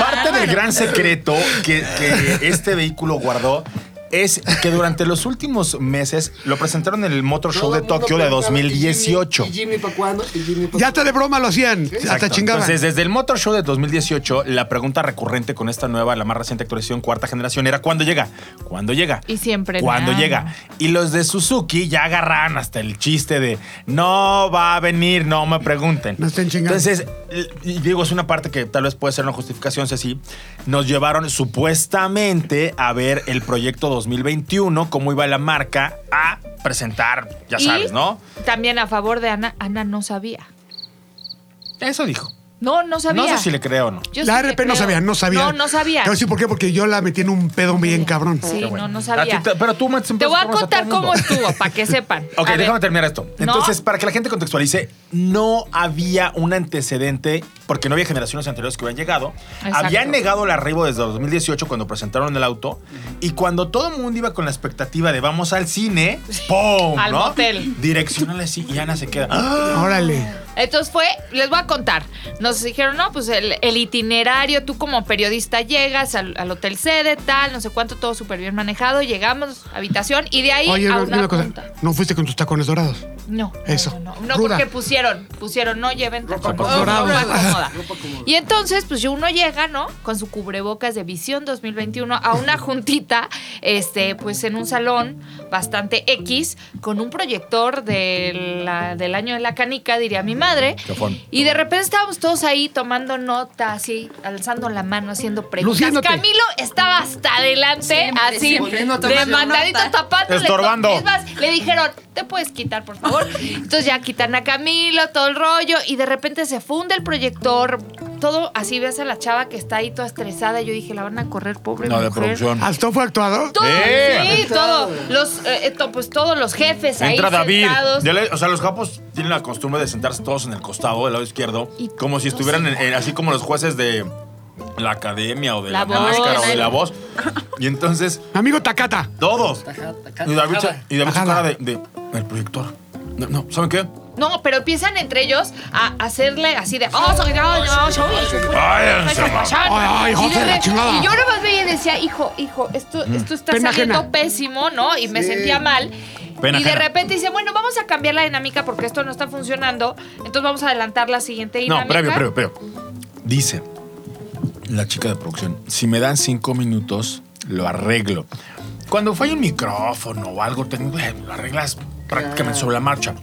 Speaker 4: Parte del gran secreto que, que este vehículo guardó es que durante los últimos meses lo presentaron en el Motor Show
Speaker 5: Todo
Speaker 4: de
Speaker 5: el mundo
Speaker 4: Tokio de
Speaker 5: preguntaba,
Speaker 4: 2018.
Speaker 5: ¿Y Jimmy, para cuándo? ¿Y Jimmy pa'
Speaker 2: Ya hasta de broma lo hacían. Hasta
Speaker 4: Exacto.
Speaker 2: chingaban.
Speaker 4: Entonces, desde el Motor Show de 2018, la pregunta recurrente con esta nueva, la más reciente actualización, cuarta generación, era ¿cuándo llega? ¿Cuándo llega?
Speaker 6: Y siempre
Speaker 4: ¿Cuándo
Speaker 6: nada.
Speaker 4: llega? Y los de Suzuki ya agarran hasta el chiste de no va a venir, no me pregunten.
Speaker 2: No estén chingando.
Speaker 4: Entonces, l- y digo, es una parte que tal vez puede ser una justificación, Ceci. Nos llevaron supuestamente a ver el proyecto 2021, cómo iba la marca, a presentar, ya
Speaker 6: Y
Speaker 4: sabes, ¿no?
Speaker 6: También a favor de Ana. Ana no sabía.
Speaker 4: Eso dijo.
Speaker 6: No, no sabía.
Speaker 4: No sé si le creo o no.
Speaker 6: Yo
Speaker 2: la
Speaker 6: sí le
Speaker 2: RP no
Speaker 6: creo.
Speaker 2: sabía, no sabía.
Speaker 6: No, no sabía.
Speaker 2: Te voy a decir por qué, porque yo la metí en un pedo bien cabrón.
Speaker 6: Sí,
Speaker 4: Qué bueno.
Speaker 6: no, no
Speaker 4: A
Speaker 6: sabía.
Speaker 4: ti te- pero tú metes en
Speaker 6: Te
Speaker 4: pedos
Speaker 6: voy a
Speaker 4: cabrones a todo
Speaker 6: contar
Speaker 4: el mundo.
Speaker 6: cómo estuvo, para que sepan.
Speaker 4: Ok,
Speaker 6: A ver.
Speaker 4: déjame terminar esto.
Speaker 6: No.
Speaker 4: Entonces, para que la gente contextualice, no había un antecedente, porque no había generaciones anteriores que hubieran llegado.
Speaker 6: Exacto.
Speaker 4: Habían negado el arribo desde 2018 cuando presentaron el auto. Y cuando todo el mundo iba con la expectativa de vamos al cine, ¡pum!
Speaker 6: Al
Speaker 4: ¿no?
Speaker 6: motel.
Speaker 4: Direccionales sí, y Ana se queda. ¡ah!
Speaker 2: Órale.
Speaker 6: Entonces fue, les voy a contar. Nos dijeron, no, pues el, el itinerario, tú como periodista llegas al, al hotel sede, tal, no sé cuánto, todo súper bien manejado. Llegamos, habitación, y de ahí
Speaker 2: Oye,
Speaker 6: a
Speaker 2: una,
Speaker 6: una,
Speaker 2: una cosa.
Speaker 6: punta.
Speaker 2: No fuiste con tus tacones dorados.
Speaker 6: No. no,
Speaker 2: Eso.
Speaker 6: No, no, No,
Speaker 2: Ruda.
Speaker 6: porque pusieron, pusieron, no lleven ropa cómoda.
Speaker 2: cómoda.
Speaker 6: ropa cómoda. Y entonces, pues yo uno llega, ¿no? Con su cubrebocas de Visión 2021 a una juntita, este, pues en un salón bastante X, con un proyector de la- del año de la canica, diría mi madre.
Speaker 4: Chafón.
Speaker 6: Y de repente estábamos todos ahí tomando nota, así, alzando la mano, haciendo preguntas.
Speaker 2: Luciéndote.
Speaker 6: Camilo estaba hasta adelante,
Speaker 7: Siempre,
Speaker 6: así,
Speaker 7: siempre.
Speaker 6: de
Speaker 7: Tomando nota.
Speaker 6: mandadito, tapándole.
Speaker 4: Estorbando.
Speaker 6: Es más, le dijeron, te puedes quitar, por favor. Entonces ya quitan a Camilo, todo el rollo, y de repente se funde el proyector. Todo así ves a la chava que está ahí toda estresada. Yo dije, la van a correr, pobre.
Speaker 4: No, de
Speaker 6: mujer".
Speaker 4: producción.
Speaker 2: ¿Hasta fue actuado?
Speaker 6: Todo,
Speaker 4: ¡Eh!
Speaker 6: sí, todo. Los, eh, to- pues todos los jefes
Speaker 4: Entra
Speaker 6: ahí
Speaker 4: David.
Speaker 6: sentados.
Speaker 4: Ya le- o sea, los japos tienen la costumbre de sentarse todos en el costado, del lado izquierdo,
Speaker 6: Y
Speaker 4: como si
Speaker 6: todos
Speaker 4: estuvieran en- en- así como los jueces de la academia o de la,
Speaker 6: La voz.
Speaker 4: máscara o de la voz. Y entonces,
Speaker 2: Amigo Takata.
Speaker 4: todos.
Speaker 5: Tajada, tajada,
Speaker 4: Y David, se-
Speaker 5: tajada.
Speaker 4: y David se
Speaker 2: Ajada.
Speaker 4: cara de, de- El proyector. No, no, ¿saben qué?
Speaker 6: No, pero empiezan entre ellos a hacerle así de. "Oh, soy yo, yo, yo, yo".
Speaker 4: Ah, ¡Cállense, mamá!
Speaker 2: Ay, ay, hijo
Speaker 6: Y de
Speaker 2: de la
Speaker 6: re-
Speaker 2: chingada.
Speaker 6: Y yo nomás veía y decía, hijo, hijo, esto, esto está
Speaker 2: Pena
Speaker 6: saliendo
Speaker 2: ajena.
Speaker 6: pésimo, ¿no? Y me sentía mal.
Speaker 4: Pena
Speaker 6: y de
Speaker 4: ajena.
Speaker 6: repente dice, bueno, vamos a cambiar la dinámica porque esto no está funcionando. Entonces vamos a adelantar la siguiente dinámica.
Speaker 4: No, previo, previo, previo. Dice la chica de producción, si me dan cinco minutos, lo arreglo. Cuando falla un micrófono o algo técnico, eh, lo arreglas prácticamente sobre la marcha.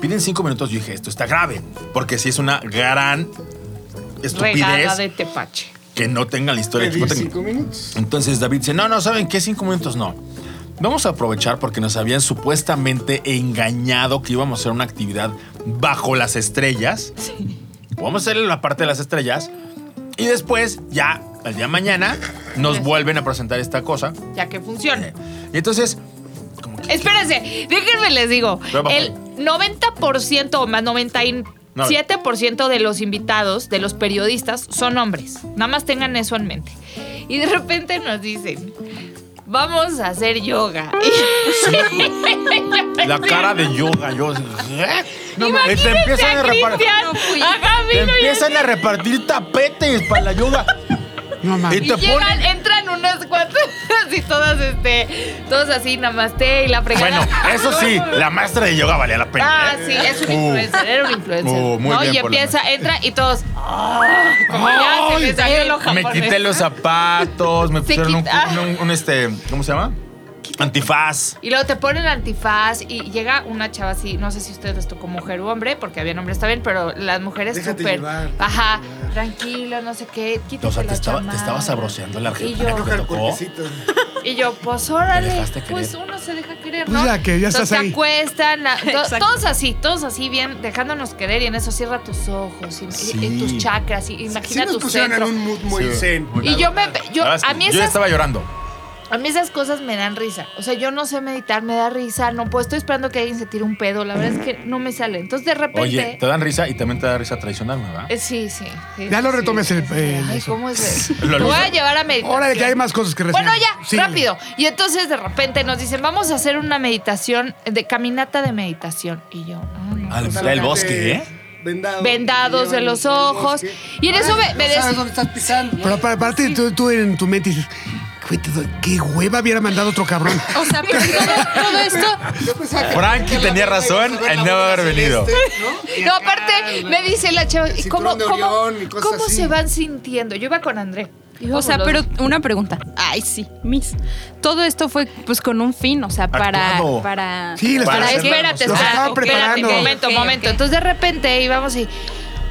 Speaker 4: Piden cinco minutos, yo dije, esto está grave, porque si es una gran
Speaker 6: Regada
Speaker 4: estupidez
Speaker 6: de tepache.
Speaker 4: que no tengan la historia. que
Speaker 5: Pedí
Speaker 4: no tengan-
Speaker 5: cinco minutos.
Speaker 4: entonces David dice, no, no, ¿saben qué? Cinco minutos no. Vamos a aprovechar porque nos habían supuestamente engañado que íbamos a hacer una actividad bajo las estrellas. Vamos a hacer la parte de las estrellas. Y después, ya, el día de mañana, nos vuelven a presentar esta cosa.
Speaker 6: Ya que funciona.
Speaker 4: Y entonces, como que...
Speaker 6: Espérense, déjenme les digo.
Speaker 4: Pero,
Speaker 6: El 90% o más 97% de los invitados, de los periodistas, son hombres. Nada más tengan eso en mente. Y de repente nos dicen, vamos a hacer yoga.
Speaker 4: La cara de yoga, yo. ¿eh?
Speaker 6: Imagínate
Speaker 4: te empiezan a,
Speaker 6: a
Speaker 4: repartir.
Speaker 6: Cristian.
Speaker 7: No fui.
Speaker 6: Ajá,
Speaker 4: te
Speaker 6: vino y
Speaker 4: empiezan a repartir tapetes para la yoga.
Speaker 2: No
Speaker 4: Y
Speaker 2: mames.
Speaker 4: te
Speaker 6: Y llegan,
Speaker 4: ponen.
Speaker 6: entran unas cuantas y todas, este, todas así, namaste y la fregada.
Speaker 4: Bueno, eso sí, la maestra de yoga valía la pena.
Speaker 6: Ah,
Speaker 4: ¿eh?
Speaker 6: sí, es un
Speaker 4: Uh.
Speaker 6: influencer, era un influencer.
Speaker 4: Uh, muy
Speaker 6: ¿no?
Speaker 4: bien
Speaker 6: y
Speaker 4: por la
Speaker 6: empieza, entra y todos. ¡Ah! Como ya se les salió lo
Speaker 4: Me
Speaker 6: japonés.
Speaker 4: quité los zapatos, me
Speaker 6: Se
Speaker 4: pusieron un,
Speaker 6: quita-
Speaker 4: un- un- un, este, ¿cómo se llama? Antifaz.
Speaker 6: Y luego te ponen el antifaz y llega una chava así, no sé si a ustedes les tocó mujer u hombre, porque había hombres también, pero las mujeres
Speaker 5: Déjate
Speaker 6: súper.
Speaker 5: llevar,
Speaker 6: Ajá,
Speaker 5: déjate llevar.
Speaker 6: tranquilo, no sé qué. Quítate
Speaker 4: O sea,
Speaker 6: la
Speaker 4: te estaba, te
Speaker 6: chamarra.
Speaker 4: estaba sabroseando la
Speaker 6: Y
Speaker 4: argentina
Speaker 6: yo,
Speaker 4: que te tocó.
Speaker 6: Y yo, pues órale,
Speaker 4: dejaste querer.
Speaker 6: pues uno se deja querer,
Speaker 2: Pues
Speaker 6: ¿no?
Speaker 2: ya que ya estás
Speaker 6: Entonces te
Speaker 2: ahí.
Speaker 6: acuestan, la- to-
Speaker 7: Exacto.
Speaker 6: todos así, todos así bien, dejándonos querer y en eso cierra tus ojos y, y-
Speaker 4: Sí.
Speaker 6: y tus chakras y
Speaker 5: Sí
Speaker 6: imagina
Speaker 5: nos
Speaker 6: tu
Speaker 5: pusieron en
Speaker 6: centro.
Speaker 5: un mood muy
Speaker 4: Sí.
Speaker 5: zen.
Speaker 6: Y yo me, yo,
Speaker 4: La verdad Ah, es que
Speaker 6: a mí
Speaker 4: yo
Speaker 6: esas,
Speaker 4: estaba llorando.
Speaker 6: a mí esas cosas me dan risa. O sea, yo no sé meditar, me da risa, no puedo, estoy esperando que alguien se tire un pedo, la verdad es que no me sale. Entonces de repente,
Speaker 4: Oye, te dan risa y también te da risa tradicional, ¿verdad?
Speaker 6: eh, sí, sí, sí,
Speaker 2: Ya
Speaker 6: sí,
Speaker 2: lo
Speaker 6: sí,
Speaker 2: retomes
Speaker 6: sí,
Speaker 2: el-
Speaker 6: sí.
Speaker 2: el-
Speaker 6: Ay,
Speaker 2: eso.
Speaker 6: ¿cómo es?
Speaker 4: Lo
Speaker 6: Lo voy a
Speaker 4: luces.
Speaker 6: llevar a meditar.
Speaker 2: Órale, que hay más cosas que reseñar.
Speaker 6: Bueno, ya,
Speaker 2: Sí.
Speaker 6: rápido. Y entonces de repente nos dicen, vamos a hacer una meditación, de caminata de meditación. Y yo, ah, no.
Speaker 4: A la mitad del bosque, ¿eh?
Speaker 5: Vendados.
Speaker 6: Vendados de los ojos. Y en eso me- me
Speaker 5: ves.
Speaker 6: des-
Speaker 5: sabes dónde estás pisando.
Speaker 2: Pero para- aparte, tú, tú en tu mente dices, "Güey, te doy- qué hueva hubiera mandado otro cabrón.
Speaker 7: O sea, pero todo, todo esto.
Speaker 5: Yo pensaba que-
Speaker 4: Frankie
Speaker 5: que
Speaker 4: tenía
Speaker 5: la verga
Speaker 4: razón
Speaker 5: ibas a ver
Speaker 4: en
Speaker 5: la
Speaker 4: no
Speaker 5: bola
Speaker 4: haber venido.
Speaker 5: celeste, ¿no? Y
Speaker 6: No,
Speaker 5: acá,
Speaker 6: aparte,
Speaker 5: la-
Speaker 6: me dice la chava,
Speaker 5: el
Speaker 6: ¿y cómo,
Speaker 5: cinturón de
Speaker 6: cómo-
Speaker 5: Orión y cosas
Speaker 6: cómo
Speaker 5: así.
Speaker 6: se van sintiendo? Yo iba con André.
Speaker 7: O
Speaker 6: Íbamos
Speaker 7: sea,
Speaker 6: los
Speaker 7: pero
Speaker 6: dos.
Speaker 7: una pregunta. Ay, sí, Miss. Todo esto fue pues con un fin, o sea, para.
Speaker 4: Actuado.
Speaker 7: para
Speaker 2: Ah, Sí, les
Speaker 4: Para
Speaker 2: estaba-
Speaker 4: hacer-
Speaker 6: espérate, ah,
Speaker 2: los
Speaker 6: espérate,
Speaker 2: estaba
Speaker 6: ok, espérate,
Speaker 2: preparando.
Speaker 6: momento,
Speaker 7: Ok, ok.
Speaker 6: momento. Entonces de repente íbamos y.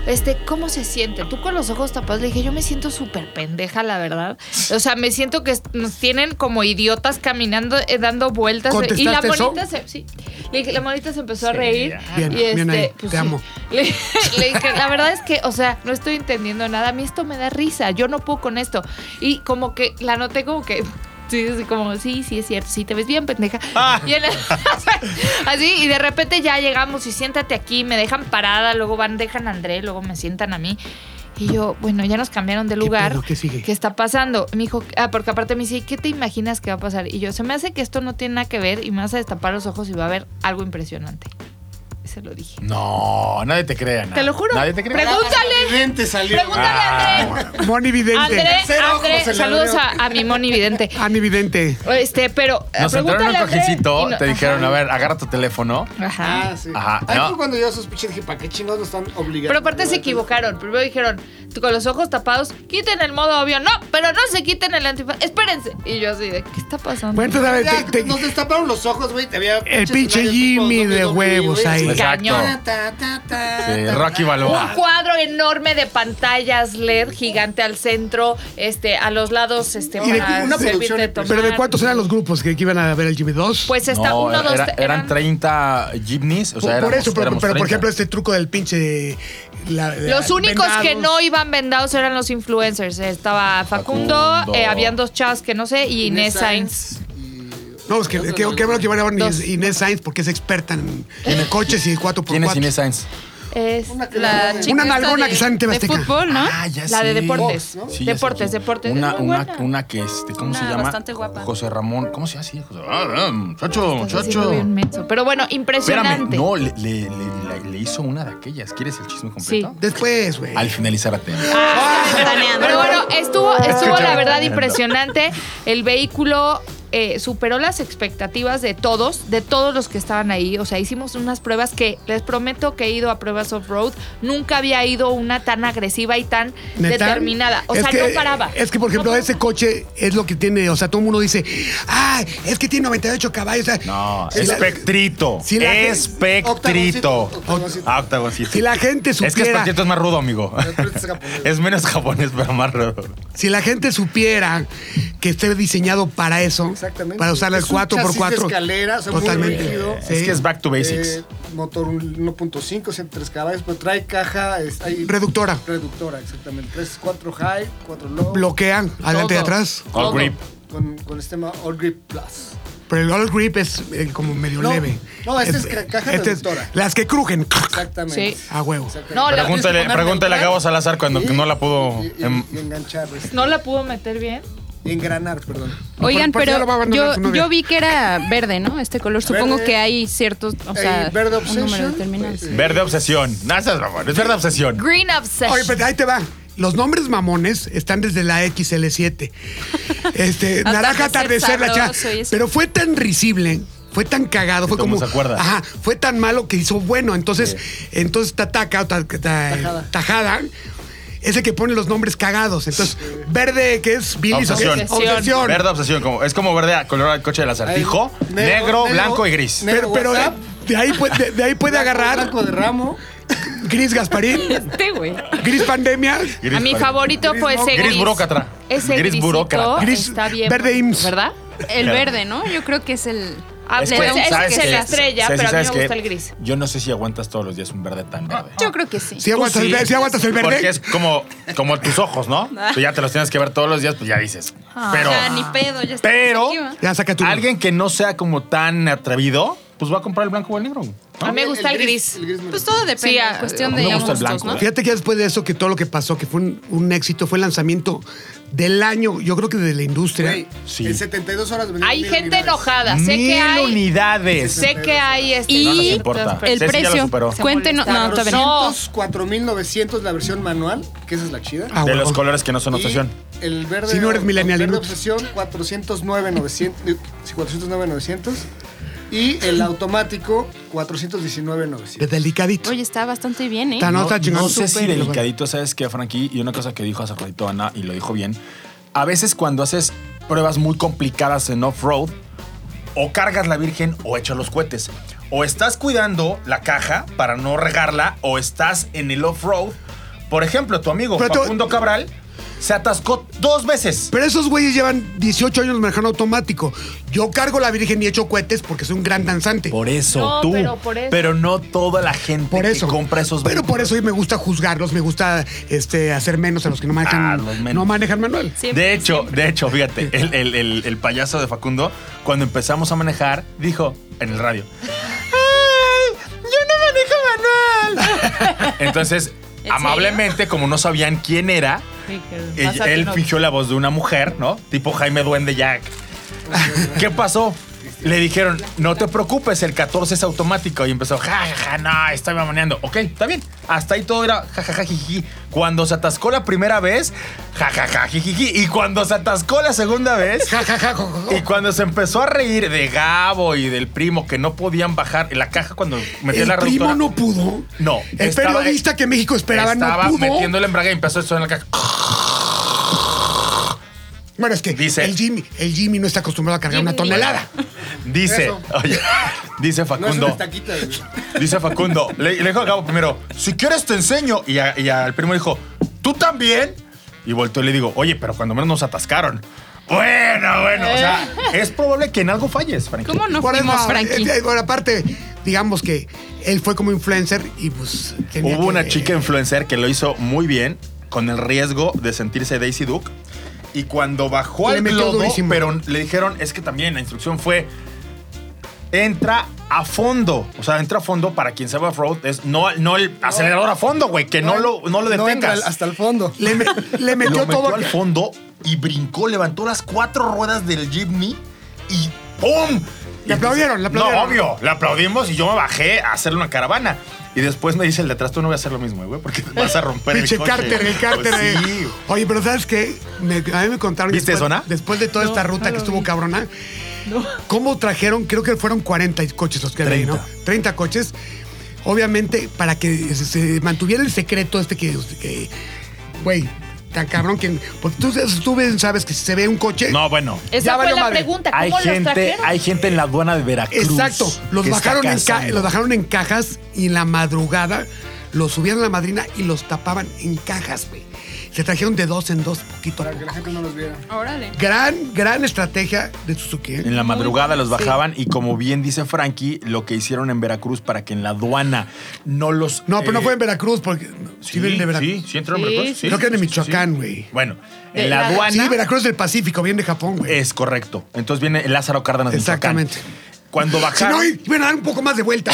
Speaker 6: Este, ¿cómo se siente? Tú con los ojos tapados le dije, yo me siento súper pendeja, la verdad. O sea, me siento que nos tienen como idiotas caminando, eh, dando vueltas. Y la
Speaker 2: ¿Contestaste eso?
Speaker 6: monita se, sí. Le dije, la monita se empezó a reír.
Speaker 2: Bien,
Speaker 6: y
Speaker 2: bien ahí,
Speaker 6: pues,
Speaker 2: te
Speaker 6: sí.
Speaker 2: amo.
Speaker 6: Le, le dije, la verdad es que, o sea, no estoy entendiendo nada. A mí esto me da risa. Yo no puedo con esto. Y como que la noté como que. Sí, así como, sí, sí, es cierto, sí, te ves bien, pendeja.
Speaker 4: Ah.
Speaker 6: Y en- así, y de repente ya llegamos y siéntate aquí, me dejan parada, luego van, dejan a André, luego me sientan a mí. Y yo, bueno, ya nos cambiaron de lugar.
Speaker 2: pedo? ¿Qué sigue?
Speaker 6: está pasando? Y Me dijo, ah, porque aparte me dice, "¿Y ¿qué te imaginas que va a pasar? Y yo, se me hace que esto no tiene nada que ver y me vas a destapar los ojos y va a haber algo impresionante. Se lo dije.
Speaker 4: No, nadie te crea.
Speaker 6: Te lo juro.
Speaker 4: Nadie te cree.
Speaker 6: Pregúntale.
Speaker 5: Vidente salió.
Speaker 6: Pregúntale a André.
Speaker 2: Moni Vidente.
Speaker 6: André,
Speaker 5: Cero ojos
Speaker 6: André,
Speaker 5: en la
Speaker 6: saludos
Speaker 5: verga.
Speaker 6: a, a mi Moni Vidente.
Speaker 2: Ani Vidente.
Speaker 6: Este, pero.
Speaker 4: Nos
Speaker 6: pregúntale
Speaker 4: entraron en
Speaker 6: a
Speaker 4: un
Speaker 6: André.
Speaker 4: cojecito,
Speaker 6: Y no-
Speaker 4: te dijeron,
Speaker 6: ajá.
Speaker 4: a ver, agarra tu teléfono.
Speaker 6: Ajá.
Speaker 5: Ah, sí.
Speaker 4: Ajá,
Speaker 5: Ahí
Speaker 4: no.
Speaker 5: fue cuando yo sospeché, dije, ¿para qué chingados nos están obligando?
Speaker 6: Pero aparte se equivocaron. Primero dijeron, tú con los ojos tapados, quiten el modo avión. No, pero no se quiten el antifaz. Espérense. Y yo así de, ¿qué está pasando?
Speaker 2: Bueno, entonces, a ver,
Speaker 5: Ya,
Speaker 2: te- te-
Speaker 5: nos destaparon los ojos, güey. te había-
Speaker 2: El pinche
Speaker 5: escenario
Speaker 2: Jimmy
Speaker 5: tipo
Speaker 2: de
Speaker 5: WWE,
Speaker 2: huevos
Speaker 5: güey.
Speaker 2: ahí.
Speaker 6: Cañón.
Speaker 5: Ta, ta, ta, ta,
Speaker 4: Sí,
Speaker 5: ta,
Speaker 4: eh, Rocky
Speaker 5: ta.
Speaker 6: un
Speaker 4: Balboa.
Speaker 6: cuadro enorme de pantallas LED gigante al centro, este, a los lados, este,
Speaker 5: Y de
Speaker 6: para servirte
Speaker 5: una producción
Speaker 6: de
Speaker 5: impresionante.
Speaker 2: ¿Pero de
Speaker 6: tomar.
Speaker 2: cuántos eran los grupos que, que iban a ver el Jimmy 2?
Speaker 6: Pues está
Speaker 4: No,
Speaker 6: uno, dos,
Speaker 4: era-
Speaker 6: tres,
Speaker 4: eran 30 jeepneys, o sea,
Speaker 2: por, por
Speaker 4: éramos-
Speaker 2: eso, pero,
Speaker 4: éramos
Speaker 2: pero, por
Speaker 4: 30.
Speaker 2: ejemplo, este truco del pinche. la-
Speaker 6: Los
Speaker 2: la-
Speaker 6: únicos que
Speaker 2: vendados.
Speaker 6: no iban vendados eran los influencers. Estaba Facundo,
Speaker 4: Facundo.
Speaker 6: eh, habían dos chavas que no sé, y Inés Sainz.
Speaker 2: No, es que, que, que bueno que van a llevar
Speaker 6: Dos.
Speaker 2: Inés, Inés Sainz porque es experta en coches y 4x4.
Speaker 4: ¿Quién es Inés Sainz?
Speaker 6: Es
Speaker 5: Una que
Speaker 7: la
Speaker 5: la-
Speaker 7: chica
Speaker 2: Una
Speaker 7: esta
Speaker 2: nalgona
Speaker 7: de-
Speaker 2: que sale en TV
Speaker 7: de
Speaker 2: Azteca.
Speaker 7: fútbol, ¿no?
Speaker 4: ya
Speaker 6: Ah, La
Speaker 4: sé.
Speaker 6: de deportes.
Speaker 5: Box, ¿no?
Speaker 4: ya sé
Speaker 6: Deportes,
Speaker 4: quién.
Speaker 6: deportes.
Speaker 4: Una,
Speaker 6: Es muy
Speaker 4: una,
Speaker 6: buena.
Speaker 4: una que, este, ¿cómo
Speaker 7: Una
Speaker 4: se llama?
Speaker 7: bastante guapa.
Speaker 4: José Ramón, ¿cómo se llama? Sí, José- Ah, ah, muchacho,
Speaker 6: Estás haciendo
Speaker 4: muchacho.
Speaker 6: bien menso. Pero bueno,
Speaker 4: Espérame,
Speaker 6: impresionante.
Speaker 4: no, le, le- le- le- le hizo una de aquellas. ¿Quieres el chisme completo?
Speaker 6: Sí.
Speaker 2: Después, güey.
Speaker 4: Al finalizar a tema.
Speaker 2: Ah,
Speaker 6: Pero bueno, estuvo, estuvo la verdad
Speaker 4: Escucha.
Speaker 6: impresionante. El vehículo eh, superó las expectativas de todos, de todos los que estaban ahí. O sea, hicimos unas pruebas que les prometo que he ido a pruebas off-road. Nunca había ido una tan agresiva y tan
Speaker 2: ¿Neta?
Speaker 6: determinada. O sea,
Speaker 2: que-
Speaker 6: no paraba.
Speaker 2: Es que, por ejemplo, ese coche es lo que tiene. O sea, todo el mundo dice, ¡ay! Es que tiene 98 caballos. o sea,
Speaker 4: No,
Speaker 2: si la-
Speaker 4: espectrito.
Speaker 2: si la-
Speaker 4: espectrito.
Speaker 5: Octavoncito, octavoncito.
Speaker 4: Ah, octavoncito.
Speaker 2: Si la gente
Speaker 4: Es que
Speaker 2: supiera.
Speaker 4: espectrito es más rudo, amigo.
Speaker 5: Espectrito es japonés.
Speaker 4: Es menos japonés, pero más rudo.
Speaker 2: Si la gente supiera que esté diseñado para eso,
Speaker 5: Exactamente.
Speaker 2: para usar el
Speaker 5: Es un chasis
Speaker 2: 4x4.
Speaker 5: de escalera, o sea, muy rígido.
Speaker 2: Sí.
Speaker 4: Es que es back to basics.
Speaker 5: Eh, motor un 1.5, 103 caballos, pero trae caja. es- hay-
Speaker 2: Reductora.
Speaker 5: Reductora, exactamente. 3, 4 high, 4 low.
Speaker 2: Bloquean adelante y
Speaker 6: Todo.
Speaker 2: atrás.
Speaker 4: All
Speaker 6: todo.
Speaker 4: grip.
Speaker 5: Con, con el sistema All Grip Plus.
Speaker 2: Pero el all grip es eh, como medio
Speaker 5: No,
Speaker 2: leve.
Speaker 5: no, esta es ca- caja
Speaker 2: esta es-
Speaker 5: reductora.
Speaker 2: las que crujen.
Speaker 5: Exactamente.
Speaker 6: Sí.
Speaker 2: A
Speaker 4: Ah,
Speaker 2: huevo.
Speaker 5: Exactamente.
Speaker 6: No, la-
Speaker 4: Pregúntale,
Speaker 6: tienes que poner
Speaker 4: pregúntale a
Speaker 6: neutral.
Speaker 4: Gabo Salazar cuando
Speaker 5: Y-
Speaker 4: no la pudo.
Speaker 5: y- y-
Speaker 4: em,
Speaker 5: y enganchar. este.
Speaker 6: No la pudo meter bien.
Speaker 5: Engranar, perdón.
Speaker 7: Oigan,
Speaker 2: Por- por
Speaker 7: pero
Speaker 2: favor, va a abandonar
Speaker 7: yo,
Speaker 2: su novia.
Speaker 7: yo vi que era verde, ¿no? Este color. Supongo
Speaker 5: Verde.
Speaker 7: que hay ciertos, o sea,
Speaker 5: Eh, verde
Speaker 7: un número
Speaker 5: Obsession.
Speaker 7: determinado.
Speaker 5: pues, eh,
Speaker 4: Verde obsesión. No, estás mamón, Es verde obsesión.
Speaker 6: Green Obsession.
Speaker 2: Oye, pero ahí te va. Los nombres mamones están desde la XL7. Este, Naranja Atardecer, la chava.
Speaker 7: sabroso y eso.
Speaker 2: Pero fue tan risible, fue tan cagado, fue
Speaker 4: todo el
Speaker 2: como.
Speaker 4: mundo se acuerda.
Speaker 2: Ajá, fue tan malo que hizo bueno. Entonces, entonces Tataca, ta- ta-
Speaker 5: Tajada.
Speaker 2: Tajada, es el que pone los nombres cagados. Entonces, verde, que es bilis, ¿o qué es?
Speaker 4: Obsesión.
Speaker 2: Obsesión.
Speaker 4: Verde obsesión. Como, es como verde color al coche del acertijo.
Speaker 5: Ahí,
Speaker 4: Negro, blanco y gris.
Speaker 2: Pero,
Speaker 5: negro,
Speaker 2: pero de,
Speaker 5: WhatsApp.
Speaker 2: de ahí, puede- de- de ahí puede agarrar
Speaker 5: Blanco de ramo.
Speaker 2: Gris Gasparín,
Speaker 7: Este, güey.
Speaker 2: Gris Pandemia,
Speaker 4: Gris
Speaker 6: a mi
Speaker 4: padre.
Speaker 6: favorito
Speaker 5: Gris
Speaker 6: fue ese
Speaker 5: mo-
Speaker 6: gris.
Speaker 4: gris burócrata.
Speaker 6: Ese
Speaker 4: Gris
Speaker 6: gris
Speaker 4: burócrata.
Speaker 2: Gris
Speaker 6: está bien.
Speaker 2: verde IMSS.
Speaker 6: ¿Verdad?
Speaker 7: El
Speaker 4: Claro.
Speaker 7: verde, ¿no? Yo creo que es el.
Speaker 6: Ah,
Speaker 4: Es
Speaker 6: le
Speaker 4: que,
Speaker 6: da un- es
Speaker 4: ¿sabes
Speaker 6: que
Speaker 4: qué?
Speaker 6: se la estrella,
Speaker 4: Ceci,
Speaker 6: pero a mí
Speaker 4: ¿sabes
Speaker 6: me
Speaker 4: qué?
Speaker 6: gusta el gris.
Speaker 4: Yo no sé si aguantas todos los días un verde tan verde.
Speaker 7: Yo creo que sí.
Speaker 2: Si aguantas,
Speaker 4: sí.
Speaker 2: el verde- si aguantas el verde.
Speaker 4: Porque es como, como tus ojos, ¿no?
Speaker 6: Ah.
Speaker 4: Tú ya te los tienes que ver todos los días, pues ya dices. Pero,
Speaker 7: Ya, ni pedo, ya está.
Speaker 4: pero
Speaker 7: aquí, ¿va?
Speaker 2: Ya saca tu.
Speaker 4: alguien que no sea como tan atrevido, pues va a comprar el blanco o el negro. ¿no?
Speaker 6: A mí me gusta el gris.
Speaker 5: El gris me
Speaker 7: Pues
Speaker 5: gusta.
Speaker 7: todo depende.
Speaker 6: Sí,
Speaker 7: es
Speaker 6: a-
Speaker 7: cuestión
Speaker 4: a
Speaker 7: de
Speaker 4: mí me gusta el
Speaker 7: gustos,
Speaker 4: blanco,
Speaker 7: ¿no?
Speaker 4: ¿eh?
Speaker 2: Fíjate que ya después de eso, que todo lo que pasó, que fue un, un éxito, fue el lanzamiento del año, yo creo que de la industria.
Speaker 5: Güey,
Speaker 4: Sí.
Speaker 5: En 72 horas vendieron
Speaker 6: Hay
Speaker 5: mil
Speaker 6: gente
Speaker 5: unidades.
Speaker 6: enojada. Sé
Speaker 4: Mil
Speaker 6: que hay.
Speaker 4: unidades.
Speaker 6: Sé que hay. Este,
Speaker 7: Y-
Speaker 4: No nos
Speaker 6: no
Speaker 4: importa.
Speaker 7: El
Speaker 4: Ceci ya lo
Speaker 7: precio.
Speaker 4: superó.
Speaker 7: Cuéntenos. No, todavía no.
Speaker 5: 404.900 la versión manual, que esa es la chida.
Speaker 2: Ah,
Speaker 4: De
Speaker 2: huevo.
Speaker 4: los colores que no son
Speaker 5: Y
Speaker 4: obsesión.
Speaker 5: El verde.
Speaker 2: Si no eres millennial,
Speaker 5: El verde
Speaker 2: inútil.
Speaker 5: obsesión 409.900. Sí, 409.900. Y el automático 419.900.
Speaker 2: De delicadito.
Speaker 7: Oye, está bastante bien, ¿eh?
Speaker 2: Tan- No, está chingón.
Speaker 4: no sé si
Speaker 2: Súper.
Speaker 4: delicadito, ¿sabes qué, Frankie? Y una cosa que dijo hace ratito Ana, y lo dijo bien. A veces cuando haces pruebas muy complicadas en off-road, o cargas la virgen o echas los cohetes. O estás cuidando la caja para no regarla, o estás en el off-road. Por ejemplo, tu amigo
Speaker 2: Pero te-
Speaker 4: Facundo Cabral se atascó dos veces.
Speaker 2: Pero esos güeyes llevan 18 años manejando automático. Yo cargo la virgen y echo cohetes porque soy un gran danzante.
Speaker 4: Por eso,
Speaker 6: No,
Speaker 4: tú.
Speaker 6: pero por eso.
Speaker 4: Pero no toda la gente
Speaker 2: Por eso.
Speaker 4: que compra esos
Speaker 2: Pero por
Speaker 4: vehículos.
Speaker 2: eso hoy me gusta juzgarlos, me gusta este, hacer menos a los que no
Speaker 4: Ah,
Speaker 2: manejan,
Speaker 4: los menos.
Speaker 2: no manejan manual.
Speaker 7: Siempre,
Speaker 4: de hecho, de hecho, fíjate, el, el- el- el payaso de Facundo, cuando empezamos a manejar, dijo en el radio: "Ay, ¡Yo no manejo manual! Entonces,
Speaker 7: serio?
Speaker 4: amablemente, como no sabían quién era,
Speaker 7: que-
Speaker 4: ella- él fingió la voz de una mujer, ¿no? Tipo Jaime Duende Jack. ¿Qué pasó? Le dijeron, no te preocupes, el 14 es automático. Y empezó, ja, ja, ja, no, estoy mamoneando. Ok, está bien. Hasta ahí todo era, ja, ja, ja, jiji. Cuando se atascó la primera vez, ja, ja, ja, jiji. Y cuando se atascó la segunda vez,
Speaker 2: Ja, ja, ja, jo, jo, jo.
Speaker 4: y cuando se empezó a reír de Gabo y del primo que no podían bajar en la caja cuando metió
Speaker 2: El
Speaker 4: la
Speaker 2: primo
Speaker 4: reductora.
Speaker 2: no pudo.
Speaker 4: No,
Speaker 2: El
Speaker 4: estaba-
Speaker 2: periodista que México esperaba
Speaker 4: estaba
Speaker 2: no pudo.
Speaker 4: metiendo el embrague y empezó esto en la caja.
Speaker 2: Bueno, es que
Speaker 4: Dice-
Speaker 2: el Jimmy, el Jimmy no está acostumbrado a cargar una
Speaker 7: Jimmy.
Speaker 2: tonelada.
Speaker 4: Dice,
Speaker 5: Eso.
Speaker 4: oye, dice
Speaker 5: No es
Speaker 4: Facundo.
Speaker 5: una estaquita, güey.
Speaker 4: Dice Facundo, le, le dijo a Gabo primero, si quieres te enseño. Y, a- y al primo dijo, ¿tú también? Y volteó y le digo, oye, pero cuando menos nos atascaron. Bueno, bueno, o sea,
Speaker 5: Eh.
Speaker 4: es probable que en algo falles, Frankie.
Speaker 7: ¿Cómo no
Speaker 2: Por
Speaker 7: fuimos,
Speaker 2: eso,
Speaker 7: Frankie?
Speaker 2: eh, eh, bueno, aparte, digamos que él fue como influencer y pues. tenía
Speaker 4: Hubo
Speaker 2: que-
Speaker 4: una chica influencer que lo hizo muy bien, con el riesgo de sentirse Daisy Duke. Y cuando bajó
Speaker 2: Le
Speaker 4: al
Speaker 2: metió
Speaker 4: globo,
Speaker 2: durísimo.
Speaker 4: pero le dijeron, es que también la instrucción fue, entra a fondo. O sea, entra a fondo para quien sabe off-road, es no, no el acelerador a fondo, güey, que no, lo, no lo
Speaker 5: entra
Speaker 4: detengas.
Speaker 5: al- hasta el fondo.
Speaker 2: Le, me- le
Speaker 4: lo
Speaker 2: metió
Speaker 4: metió
Speaker 2: todo.
Speaker 4: al fondo y brincó, levantó las cuatro ruedas del Jeepney y ¡pum!
Speaker 2: Le aplaudieron, le aplaudieron.
Speaker 4: No, obvio, le aplaudimos y yo me bajé a hacerle una caravana. Y después me dice el de atrás, tú no voy a hacer lo mismo, güey, porque vas a romper el
Speaker 2: Pinche
Speaker 4: coche.
Speaker 2: cárter, el cárter.
Speaker 4: Pues
Speaker 2: eh.
Speaker 4: sí.
Speaker 2: Oye, pero ¿sabes qué? Me- a mí me contaron.
Speaker 4: ¿Viste
Speaker 2: después,
Speaker 4: eso, Ana?
Speaker 2: Después de toda esta ruta que estuvo cabrona.
Speaker 7: No.
Speaker 2: ¿Cómo trajeron? Creo que fueron 40 coches los que había, ahí, ¿no? 30 coches. Obviamente, para que se, se mantuviera el secreto este que. que- Güey, tan cabrón que. Porque tú, tú ves, sabes que si se ve un coche.
Speaker 4: No, bueno.
Speaker 2: Ya
Speaker 6: Esa fue
Speaker 2: valió
Speaker 6: la
Speaker 2: madre.
Speaker 6: pregunta. ¿Cómo
Speaker 4: Hay
Speaker 6: los
Speaker 4: gente,
Speaker 6: trajeron?
Speaker 4: hay gente en la aduana de Veracruz.
Speaker 2: Exacto. Los
Speaker 4: que está
Speaker 2: bajaron, en ca-
Speaker 4: cazando.
Speaker 2: los bajaron en cajas y en la madrugada los subían a la madrina y los tapaban en cajas, güey. Se trajeron de dos en dos, poquito a
Speaker 5: Para que la
Speaker 2: poco.
Speaker 5: gente no los viera.
Speaker 2: eh?
Speaker 7: Órale.
Speaker 2: Gran, gran estrategia de Suzuki. ¿eh?
Speaker 4: En la madrugada los bajaban y como bien dice Frankie, lo que hicieron en Veracruz para que en la aduana no los...
Speaker 2: No, pero no
Speaker 4: eh,
Speaker 2: fue en Veracruz, porque. Sí, vienen de Veracruz.
Speaker 4: Sí, sí entró en
Speaker 6: Sí,
Speaker 4: Veracruz.
Speaker 6: sí.
Speaker 2: Creo que en
Speaker 4: sí, sí,
Speaker 2: Michoacán,
Speaker 4: sí.
Speaker 2: güey.
Speaker 4: Bueno,
Speaker 6: De
Speaker 4: en la
Speaker 6: la-
Speaker 4: aduana.
Speaker 2: Sí, Veracruz del Pacífico, viene de Japón, güey.
Speaker 4: Es correcto. Entonces viene Lázaro Cárdenas de Michoacán.
Speaker 2: Exactamente.
Speaker 4: Cuando
Speaker 2: Si
Speaker 4: bajaron.
Speaker 2: no, iban a dar un poco más de vuelta.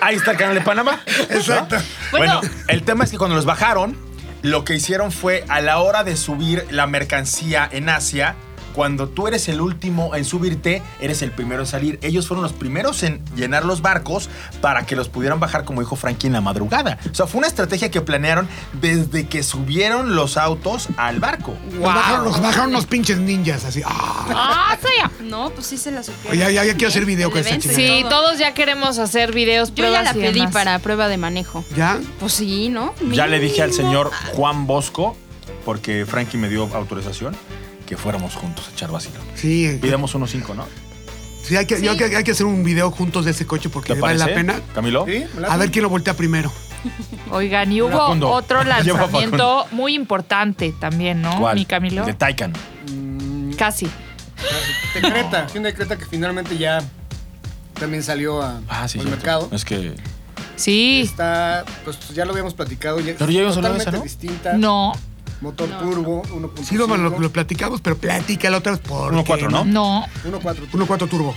Speaker 4: Ahí está el canal de Panamá.
Speaker 2: Exacto.
Speaker 4: Bueno,
Speaker 6: Bueno.
Speaker 4: el tema es que cuando los bajaron, lo que hicieron fue a la hora de subir la mercancía en Asia, cuando tú eres el último en subirte, eres el primero en salir. Ellos fueron los primeros en llenar los barcos para que los pudieran bajar, como dijo Frankie, en la madrugada. O sea, fue una estrategia que planearon desde que subieron los autos al barco.
Speaker 2: Nos bajaron, nos bajaron unos pinches ninjas así. ¡Ah!
Speaker 6: ¡Ah, sí!
Speaker 7: No, pues sí se la supieron.
Speaker 2: Oye, ya, ya, ya quiero hacer video
Speaker 7: El
Speaker 2: con esta
Speaker 7: evento y
Speaker 2: chica.
Speaker 6: Sí,
Speaker 7: todo.
Speaker 6: todos ya queremos hacer videos,
Speaker 7: Yo ya
Speaker 6: pruebas
Speaker 7: la
Speaker 6: y
Speaker 7: pedí
Speaker 6: demás.
Speaker 7: para prueba de manejo.
Speaker 2: ¿Ya?
Speaker 7: Pues sí, ¿no?
Speaker 4: Ya le dije al
Speaker 7: Mínimo.
Speaker 4: señor Juan Bosco, porque Frankie me dio autorización, que fuéramos juntos a echar vacío.
Speaker 2: Sí.
Speaker 4: Pidamos unos cinco, ¿no?
Speaker 2: Sí, hay que, yo- hay que- hay que hacer un video juntos de ese coche porque
Speaker 4: ¿Te
Speaker 2: vale la
Speaker 4: parece,
Speaker 2: pena.
Speaker 4: Camilo?
Speaker 5: ¿Sí? ¿Me la
Speaker 2: A ver
Speaker 5: hacen?
Speaker 2: quién lo voltea primero.
Speaker 6: Oigan, y hubo
Speaker 4: Facundo.
Speaker 6: otro
Speaker 4: Lleva Facundo.
Speaker 6: lanzamiento muy importante también, ¿no?
Speaker 4: ¿Cuál?
Speaker 6: Mi Camilo.
Speaker 4: De Taycan.
Speaker 6: Casi.
Speaker 5: Decreta, sí, una decreta que finalmente ya también salió a-
Speaker 4: Ah, sí.
Speaker 5: al
Speaker 4: cierto.
Speaker 5: mercado.
Speaker 4: Es que.
Speaker 6: Sí.
Speaker 5: Está, pues ya lo habíamos platicado, ya
Speaker 4: Pero ya habíamos hablado de
Speaker 5: totalmente
Speaker 4: esa, ¿no?
Speaker 5: distinta.
Speaker 6: No,
Speaker 5: Motor turbo, 1.5.
Speaker 2: Sí, lo, lo- lo platicamos, pero platica la otra vez.
Speaker 4: 1.4, ¿no?
Speaker 6: no.
Speaker 5: 1.4 turbo.
Speaker 2: 1.4 turbo.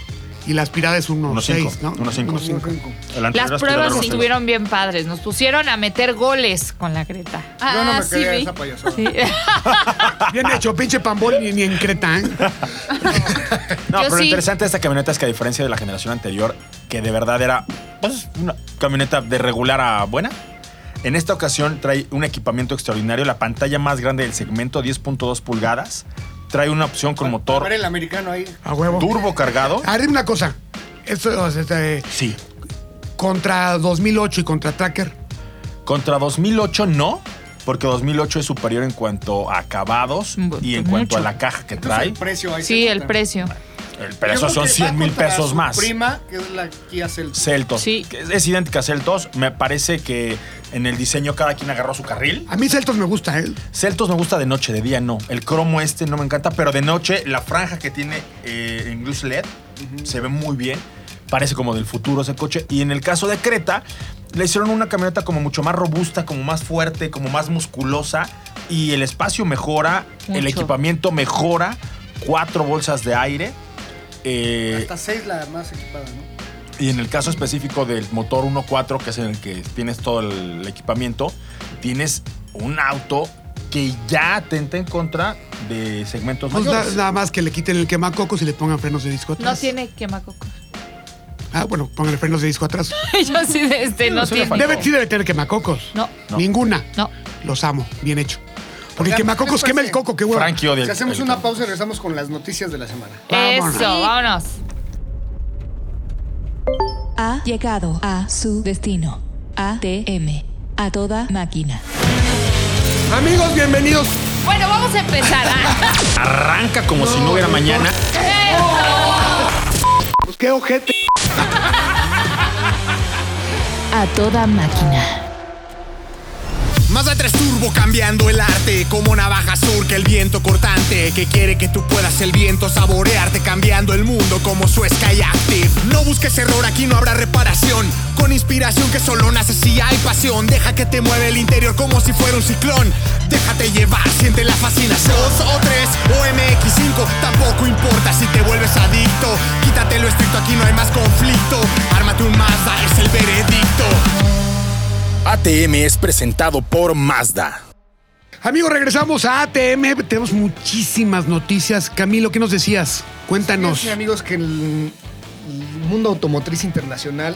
Speaker 2: Y la aspirada es 1.6,
Speaker 4: 1.5,
Speaker 2: ¿no?
Speaker 4: 1.5.
Speaker 2: 1.5.
Speaker 5: 1.5.
Speaker 4: el anterior
Speaker 6: Las pruebas
Speaker 4: aspirador no tengo.
Speaker 6: estuvieron bien padres. Nos pusieron a meter goles con la Greta.
Speaker 7: Ah,
Speaker 5: Yo no me
Speaker 7: sí,
Speaker 5: quedé a
Speaker 7: vi.
Speaker 5: esa payasada.
Speaker 6: Sí.
Speaker 2: Bien hecho, pinche pambol ni, ni en Creta. ¿eh?
Speaker 4: No,
Speaker 6: Yo
Speaker 4: pero lo
Speaker 6: sí.
Speaker 4: interesante de esta camioneta es que a diferencia de la generación anterior, que de verdad era pues, una camioneta de regular a buena, en esta ocasión trae un equipamiento extraordinario, la pantalla más grande del segmento, 10.2 pulgadas, trae una opción con
Speaker 5: A
Speaker 4: motor
Speaker 5: ver el americano ahí.
Speaker 2: A huevo.
Speaker 4: turbo cargado.
Speaker 2: Ah, dime una cosa. Esto, o sea, este,
Speaker 4: Sí.
Speaker 2: contra 2008 y contra Tracker.
Speaker 4: Contra 2008 no, porque 2008 es superior en cuanto a acabados
Speaker 6: Mm,
Speaker 4: y en
Speaker 6: mucho.
Speaker 4: cuanto a la caja que
Speaker 5: Entonces,
Speaker 4: trae.
Speaker 5: el precio ahí.
Speaker 6: Sí,
Speaker 5: se
Speaker 6: el
Speaker 5: nota.
Speaker 6: precio.
Speaker 4: El
Speaker 5: Yo
Speaker 4: precio
Speaker 5: creo
Speaker 4: son
Speaker 5: que va
Speaker 4: 100 mil
Speaker 5: contra
Speaker 4: pesos
Speaker 5: su
Speaker 4: más.
Speaker 5: prima, que es la Kia Celtos.
Speaker 4: Celtos.
Speaker 6: Sí.
Speaker 4: que Es, es idéntica a Celtos. Me parece que en el diseño cada quien agarró su carril.
Speaker 2: A mí Celtos me gusta, ¿eh?
Speaker 4: Celtos me gusta de noche, de día no. El cromo este no me encanta, pero de noche la franja que tiene eh, en luz LED se ve muy bien. Parece como del futuro ese coche. Y en el caso de Creta, le hicieron una camioneta como mucho más robusta, como más fuerte, como más musculosa. Y el espacio mejora, el
Speaker 6: Mucho.
Speaker 4: equipamiento mejora. Cuatro bolsas de aire. Eh,
Speaker 5: Hasta 6 la más equipada, ¿no?
Speaker 4: y en el caso específico del motor 1.4, que es en el que tienes todo el equipamiento, tienes un auto que ya atenta en contra de segmentos
Speaker 2: Pues na-
Speaker 4: mayores.
Speaker 2: nada más que le quiten el quemacocos y le pongan frenos de disco atrás.
Speaker 6: No tiene quemacocos.
Speaker 2: Ah, bueno, pongan frenos de disco atrás.
Speaker 6: Yo sí de este no
Speaker 4: Sí, le
Speaker 6: tiene.
Speaker 4: falta.
Speaker 2: Debe, sí debe tener quemacocos.
Speaker 6: No,
Speaker 4: No.
Speaker 2: Ninguna.
Speaker 6: no.
Speaker 2: Los amo. Bien hecho. Porque
Speaker 5: Oigan,
Speaker 2: quemacocos
Speaker 5: ¿qué les
Speaker 2: quema el
Speaker 5: parece?
Speaker 2: coco, qué huevo.
Speaker 4: Frankie odia el-
Speaker 5: Si hacemos
Speaker 4: el-
Speaker 5: una pausa y regresamos con las noticias de la semana.
Speaker 2: Vámonos.
Speaker 6: Eso, vámonos.
Speaker 8: ha llegado a su destino. ATM. A toda máquina.
Speaker 2: Amigos, bienvenidos.
Speaker 6: Bueno, vamos a empezar. Ah,
Speaker 4: Arranca como si no hubiera mañana.
Speaker 2: Pues qué ojete.
Speaker 8: A toda máquina.
Speaker 1: Mazda 3 Turbo cambiando el arte Como navaja surca el viento cortante Que quiere que tú puedas el viento saborearte Cambiando el mundo como su Sky Active No busques error, aquí no habrá reparación Con inspiración que solo nace si hay pasión Deja que te mueve el interior como si fuera un ciclón Déjate llevar, siente la fascinación Dos o tres o MX5 Tampoco importa si te vuelves adicto Quítate lo estricto, aquí no hay más conflicto Ármate un Mazda, es el veredicto ATM es presentado por Mazda.
Speaker 2: Amigos, regresamos a ATM. Tenemos muchísimas noticias. Camilo, ¿qué nos decías? Cuéntanos.
Speaker 5: Fíjense, amigos, que el, el mundo automotriz internacional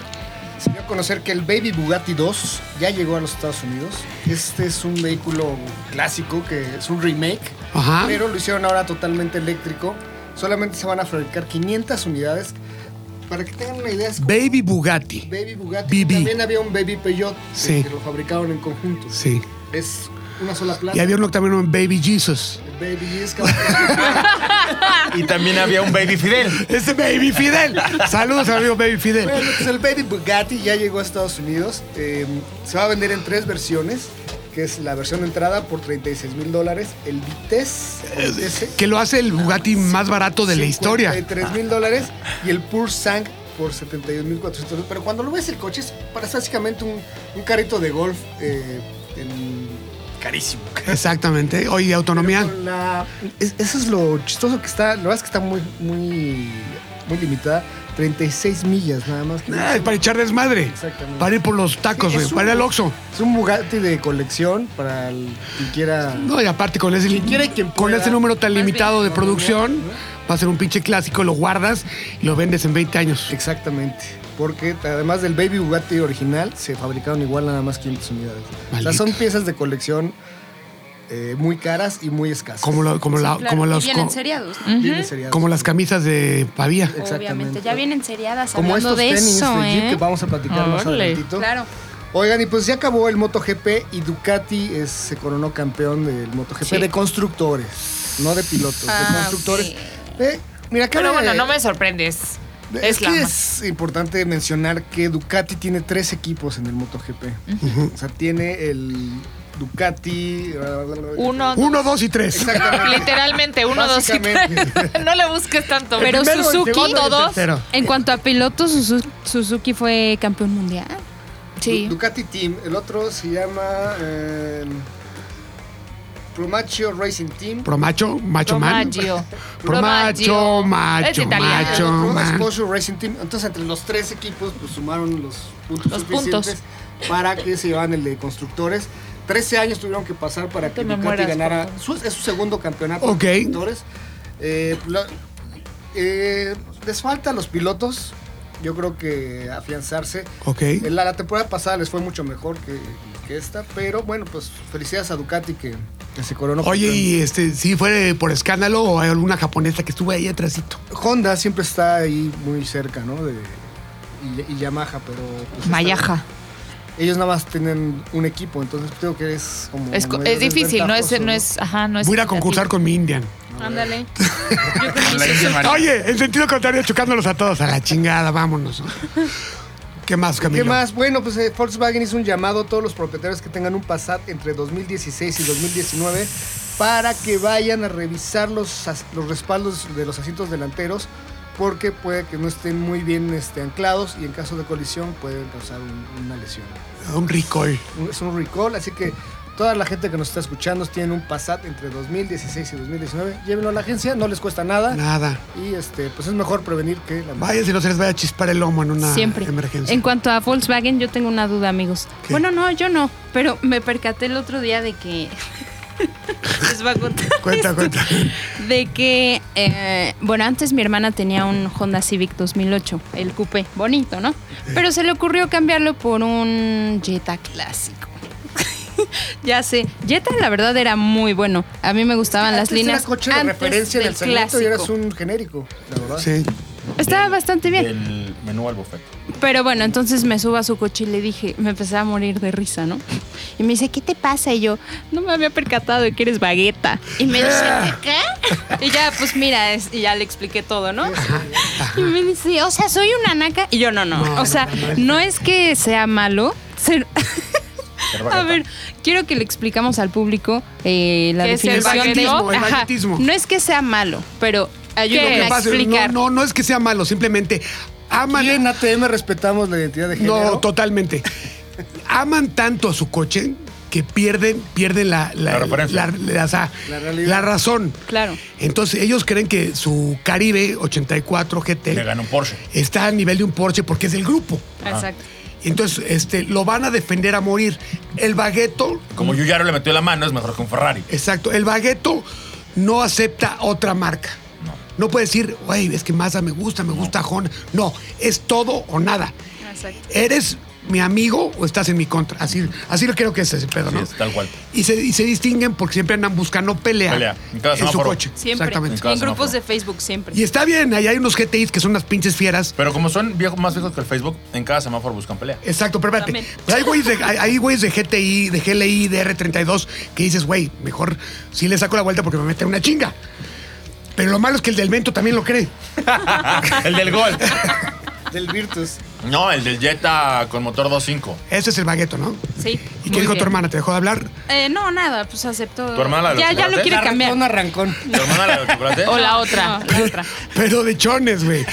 Speaker 5: se dio a conocer que el Baby Bugatti 2 ya llegó a los Estados Unidos. Este es un vehículo clásico que es un remake,
Speaker 4: Ah.
Speaker 2: Ajá.
Speaker 5: pero lo hicieron ahora totalmente eléctrico. Solamente se van a fabricar 500 unidades. Para que tengan una idea, es como
Speaker 2: Baby Bugatti.
Speaker 5: Baby Bugatti.
Speaker 2: BB.
Speaker 5: También había un Baby Peugeot que-
Speaker 2: Sí.
Speaker 5: que lo fabricaron en conjunto.
Speaker 2: Sí.
Speaker 5: Es una sola planta.
Speaker 2: Y había uno también, un Baby Jesus.
Speaker 5: Baby es capaz-
Speaker 4: Y también había un Baby Fidel.
Speaker 2: Ese Baby Fidel. Saludos, amigo Baby Fidel.
Speaker 5: Bueno, pues el Baby Bugatti ya llegó a Estados Unidos. Eh, se va a vender en tres versiones, que es la versión de entrada por 36 mil dólares, el Vitesse, el Vitesse
Speaker 2: Que lo hace el Bugatti
Speaker 5: Ah,
Speaker 2: más barato de la historia.
Speaker 5: 53 mil dólares y el Pur Sang por 71 mil 400. Pero cuando lo ves el coche es parece básicamente un, un carrito de golf eh, en- carísimo.
Speaker 2: Exactamente. Oye, autonomía.
Speaker 5: Con la- es- eso es lo chistoso que está. La verdad es que está muy, muy, muy limitada. 36 millas nada más.
Speaker 2: Ah, es para echar desmadre.
Speaker 5: Exactamente.
Speaker 2: Para ir por los tacos,
Speaker 5: Sí, es
Speaker 2: güey, para ir al
Speaker 5: un-
Speaker 2: Oxxo.
Speaker 5: Es un Bugatti de colección para el que quiera.
Speaker 2: No, y aparte con ese,
Speaker 5: Quien quiera y quien
Speaker 2: con
Speaker 5: pueda.
Speaker 2: ese número tan
Speaker 6: Más
Speaker 2: limitado de
Speaker 5: bien,
Speaker 2: producción,
Speaker 5: ¿no?
Speaker 2: va a ser un pinche clásico, lo guardas y lo vendes en 20 años.
Speaker 5: Exactamente. Porque además del Baby Bugatti original, se fabricaron igual nada más 500 unidades.
Speaker 2: Maldito.
Speaker 5: O sea, son piezas de colección eh, muy caras y muy escasas.
Speaker 2: Como, lo- como, la-
Speaker 7: Claro,
Speaker 2: como,
Speaker 7: y
Speaker 2: los,
Speaker 7: vienen
Speaker 2: co-
Speaker 7: seriados. ¿no?
Speaker 5: Vienen seriadas.
Speaker 2: como las camisas de Pavía.
Speaker 7: Obviamente, ya vienen seriadas
Speaker 5: Como
Speaker 7: hablando
Speaker 5: estos
Speaker 7: de
Speaker 5: tenis
Speaker 7: eso,
Speaker 5: de Jeep
Speaker 7: ¿eh?
Speaker 5: que vamos a platicar más
Speaker 6: Órale.
Speaker 5: adelantito.
Speaker 7: Claro.
Speaker 5: Oigan, y pues ya acabó el MotoGP y Ducati es- se coronó campeón del MotoGP
Speaker 6: Sí.
Speaker 5: de constructores, no de pilotos,
Speaker 7: Ah,
Speaker 5: de constructores.
Speaker 7: ok.
Speaker 5: Eh, mira, cabe-
Speaker 6: Pero bueno, no me sorprendes.
Speaker 5: es
Speaker 6: Es la
Speaker 5: que
Speaker 6: más.
Speaker 5: es importante mencionar que Ducati tiene tres equipos en el MotoGP. O sea, tiene el Ducati.
Speaker 6: Uno,
Speaker 2: Uno, dos y tres.
Speaker 5: Exactamente.
Speaker 6: Literalmente, uno, dos y tres.
Speaker 5: Básicamente.
Speaker 6: No le busques tanto.
Speaker 7: Pero
Speaker 2: primero, el
Speaker 7: Suzuki,
Speaker 2: segundo y el
Speaker 7: todos,
Speaker 2: tercero.
Speaker 7: en cuanto a pilotos, Suzu- Suzuki fue campeón mundial.
Speaker 6: sí.
Speaker 5: Ducati Team. El otro se llama. eh, Promaccio Racing Team.
Speaker 2: Promacho, macho man.
Speaker 6: Promaggio.
Speaker 2: Promacho,
Speaker 6: Promaggio. Es
Speaker 2: macho,
Speaker 6: italiano.
Speaker 2: macho
Speaker 5: Pro
Speaker 2: man.
Speaker 5: Exposure Racing Team. Entonces, entre los tres equipos, pues sumaron los puntos
Speaker 6: Los
Speaker 5: suficientes para que se llevaran el de constructores. 13 años tuvieron que pasar para que
Speaker 6: te me
Speaker 5: Ducati
Speaker 6: mueras,
Speaker 5: ganara. Su, es su segundo campeonato
Speaker 2: Ok.
Speaker 5: de constructores. Eh, lo- eh, les falta a los pilotos, yo creo que afianzarse.
Speaker 2: Ok.
Speaker 5: Eh, La, la temporada pasada les fue mucho mejor que, que esta, pero bueno, pues felicidades a Ducati que, que se coronó.
Speaker 2: Oye,
Speaker 5: campeón.
Speaker 2: y este, si fue por escándalo o hay alguna japonesa que estuvo ahí atrásito.
Speaker 5: Honda siempre está ahí muy cerca, ¿no? De, y, y Yamaha, pero... pues, esta-
Speaker 6: Mayaja.
Speaker 5: ellos nada más tienen un equipo, entonces creo que es como...
Speaker 6: Es, co-
Speaker 5: medio
Speaker 6: es difícil, no es,
Speaker 5: desventajoso,
Speaker 6: no es, ajá, no es.
Speaker 2: Voy a ir a concursar con mi Indian.
Speaker 7: Ándale.
Speaker 4: La India María.
Speaker 2: Oye, en sentido contrario, chocándolos a todos. A la chingada, vámonos. ¿Qué más, Camilo?
Speaker 5: ¿Qué más? Bueno, pues eh, Volkswagen hizo un llamado a todos los propietarios que tengan un Passat entre 2016 y 2019 para que vayan a revisar los, as- los respaldos de los asientos delanteros porque puede que no estén muy bien este, anclados y en caso de colisión pueden causar un- una lesión.
Speaker 2: Un recall.
Speaker 5: Un- Es un recall, así que toda la gente que nos está escuchando tiene un Passat entre 2016 y 2019. Llévenlo a la agencia, no les cuesta nada.
Speaker 2: Nada.
Speaker 5: Y este, pues es mejor prevenir que la
Speaker 2: Vaya si no se les vaya a chispar el lomo en una
Speaker 7: Siempre.
Speaker 2: emergencia.
Speaker 7: En cuanto a Volkswagen, yo tengo una duda, amigos.
Speaker 2: ¿Qué?
Speaker 7: Bueno, no, yo no, pero me percaté el otro día de que. Les voy a contar.
Speaker 2: Cuenta, cuenta.
Speaker 7: De que, eh, bueno, antes mi hermana tenía un Honda Civic 2008, el coupé, bonito, ¿no? Pero se le ocurrió cambiarlo por un Jetta clásico. ya sé, Jetta la verdad era muy bueno. A mí me gustaban las
Speaker 5: Antes
Speaker 7: líneas.
Speaker 5: Eras coche de
Speaker 7: antes
Speaker 5: referencia del
Speaker 7: del
Speaker 5: segmento y eras
Speaker 7: clásico.
Speaker 5: un genérico, la verdad.
Speaker 2: Sí.
Speaker 7: Estaba bastante bien.
Speaker 4: El menú al buffet.
Speaker 7: Pero bueno, entonces me subo a su coche y le dije, me empecé a morir de risa, ¿no? Y me dice, ¿qué te pasa? Y yo, no me había percatado de que eres bagueta. Y me dice,
Speaker 2: Ah.
Speaker 7: ¿qué? Y ya, pues mira, es- y ya le expliqué todo, ¿no? Y me dice, o sea, soy una naca. Y yo, no, no.
Speaker 2: No,
Speaker 7: o sea,
Speaker 2: no, no,
Speaker 7: no,
Speaker 2: no.
Speaker 7: es que sea malo ser.
Speaker 4: Ser
Speaker 7: A
Speaker 4: bagueta.
Speaker 7: ver, quiero que le explicamos al público eh, la
Speaker 6: ¿Qué es el
Speaker 7: definición de.
Speaker 6: baguetismo?
Speaker 2: El
Speaker 7: Ajá.
Speaker 2: baguetismo.
Speaker 7: No es que sea malo, pero ayúdenme
Speaker 6: ¿Qué?
Speaker 7: a
Speaker 6: Lo que
Speaker 2: Pase, No,
Speaker 7: explicar.
Speaker 2: no, no es que sea malo, simplemente aman.
Speaker 5: Y en ATM respetamos la identidad de género.
Speaker 2: No, totalmente. Aman tanto a su coche que pierden, pierden la, la,
Speaker 4: La referencia.
Speaker 2: la- la- o sea,
Speaker 5: La realidad.
Speaker 2: la razón.
Speaker 7: Claro.
Speaker 2: Entonces ellos creen que su Caribe 84
Speaker 4: Le
Speaker 2: GT
Speaker 4: ganó un Porsche.
Speaker 2: está al nivel de un Porsche porque es del grupo.
Speaker 7: Exacto.
Speaker 2: Entonces, este, lo van a defender a morir. El bagueto,
Speaker 4: Como Yuyaro le metió la mano, es mejor que un Ferrari.
Speaker 2: exacto, el bagueto no acepta otra marca. No, puede decir, güey, es que Mazda me gusta, me gusta Honda. No, es todo o nada.
Speaker 7: Exacto.
Speaker 2: ¿Eres mi amigo o estás en mi contra? Así, así lo creo que es ese pedo,
Speaker 4: Así
Speaker 2: ¿no?
Speaker 4: es, tal cual.
Speaker 2: Y se, y se distinguen porque siempre andan buscando pelea,
Speaker 4: Pelea, en cada
Speaker 2: en su
Speaker 4: semáforo.
Speaker 2: coche.
Speaker 7: Siempre.
Speaker 2: Exactamente.
Speaker 4: En cada
Speaker 7: En grupos
Speaker 4: semáforo.
Speaker 7: de Facebook, siempre.
Speaker 2: Y está bien, ahí hay unos GTIs que son unas pinches fieras.
Speaker 4: Pero como son viejos, más viejos que el Facebook, en cada semáforo buscan pelea.
Speaker 2: Exacto, pero espérate.
Speaker 7: Exactamente.
Speaker 2: Pero hay güeyes de, hay- hay güeyes de GTI, de GLI, de R32 que dices, güey, mejor sí le saco la vuelta porque me mete una chinga. Pero lo malo es que el del Vento también lo cree.
Speaker 4: el del Gol.
Speaker 5: Del Virtus.
Speaker 4: No, el del Jetta con motor 2.5.
Speaker 2: Ese es el bagueto, ¿no?
Speaker 7: Sí.
Speaker 2: ¿Y
Speaker 7: muy
Speaker 2: qué dijo tu
Speaker 7: bien.
Speaker 2: hermana? ¿Te dejó de hablar?
Speaker 7: Eh, no, nada, pues aceptó.
Speaker 4: ¿Tu hermana la de
Speaker 7: Ya,
Speaker 4: los
Speaker 7: ya lo
Speaker 4: chocolates?
Speaker 7: quiere
Speaker 4: La
Speaker 7: cambiar.
Speaker 5: Un arrancón.
Speaker 4: ¿Tu hermana la del chocolate?
Speaker 6: O la otra.
Speaker 7: No, la otra.
Speaker 2: Pero de chones, güey.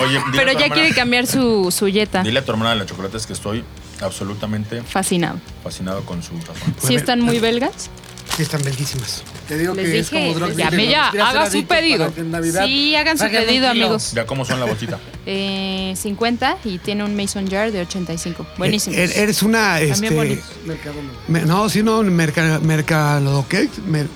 Speaker 4: Oye, dile a tu
Speaker 7: Pero ya
Speaker 4: hermana-
Speaker 7: quiere cambiar su, su yeta.
Speaker 4: Dile a tu hermana de los chocolates que estoy absolutamente
Speaker 7: Fascinado.
Speaker 4: fascinado con su razón.
Speaker 7: ¿Sí están muy belgas?
Speaker 2: Sí, están bellísimas.
Speaker 5: Te digo
Speaker 7: Les
Speaker 5: que es
Speaker 7: dije,
Speaker 5: como drug
Speaker 7: les
Speaker 5: dealer,
Speaker 6: llamé ya,
Speaker 5: los quiere hacer
Speaker 6: haga su
Speaker 5: adictos para
Speaker 6: pedido.
Speaker 5: que en Navidad
Speaker 7: Sí, hagan su
Speaker 5: saquen un
Speaker 7: pedido,
Speaker 5: kilo.
Speaker 7: amigos.
Speaker 4: Ya cómo son la bolsita.
Speaker 7: Eh, 50 y tiene un Mason Jar de 85.
Speaker 6: Eh,
Speaker 7: Buenísimo.
Speaker 2: E- Eres una. Este,
Speaker 7: bonito.
Speaker 5: Mercadona.
Speaker 2: me- no, sí, no, merca, merca, ¿lo qué? Mer-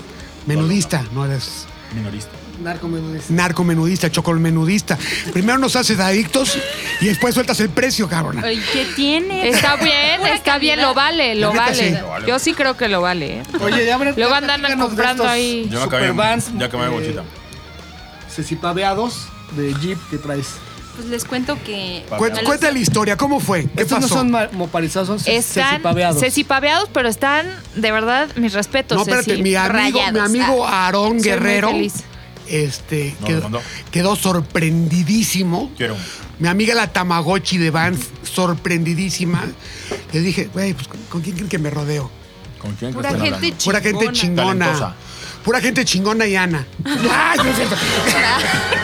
Speaker 2: menudista, no eres
Speaker 4: Minorista.
Speaker 5: Narcomenudista.
Speaker 2: narcomenudista, chocolmenudista. Primero nos haces adictos y después sueltas el precio, cabrona.
Speaker 7: Ay, ¿Qué tiene?
Speaker 6: Está bien,
Speaker 7: Pura
Speaker 6: está bien,
Speaker 7: calidad.
Speaker 6: lo vale, lo
Speaker 2: La neta,
Speaker 6: vale.
Speaker 2: sí.
Speaker 4: Lo vale.
Speaker 6: Yo sí creo que lo vale. ¿eh?
Speaker 5: Oye, ya habrá-
Speaker 6: Luego
Speaker 5: ya
Speaker 6: andan
Speaker 5: platícanos de
Speaker 6: comprando
Speaker 5: estos
Speaker 6: ahí.
Speaker 4: Yo no acabé,
Speaker 5: Supervans,
Speaker 4: ya acabé
Speaker 5: eh,
Speaker 4: bolsita.
Speaker 5: Cecipaveados de Jeep que traes.
Speaker 7: Pues les cuento que
Speaker 4: Paveado.
Speaker 2: Cuenta, cuenta la historia, ¿cómo fue? ¿Qué
Speaker 5: Estos
Speaker 2: pasó?
Speaker 5: no son ma- moparizados, son ce-
Speaker 6: Están
Speaker 5: cecipaveados.
Speaker 6: cecipaveados, pero están, de verdad, mis respetos.
Speaker 2: No, espérate,
Speaker 6: Ceci.
Speaker 2: mi amigo, mi
Speaker 7: rayados.
Speaker 2: amigo Aarón
Speaker 6: soy muy
Speaker 2: Guerrero.
Speaker 6: feliz.
Speaker 2: Este
Speaker 4: No,
Speaker 2: quedó,
Speaker 4: no, no.
Speaker 2: quedó sorprendidísimo.
Speaker 4: Quiero un-
Speaker 2: Mi amiga la Tamagotchi de Vans, sorprendidísima. Le dije, güey, pues, ¿con- ¿con quién creen que me rodeo?
Speaker 4: ¿Con quién
Speaker 7: Pura
Speaker 4: están
Speaker 7: gente
Speaker 4: hablando?
Speaker 7: ch-
Speaker 2: Pura gente
Speaker 4: Chingona.
Speaker 2: chingona.
Speaker 4: Talentosa.
Speaker 2: Pura gente chingona y Ana. ¡Ay, no es cierto!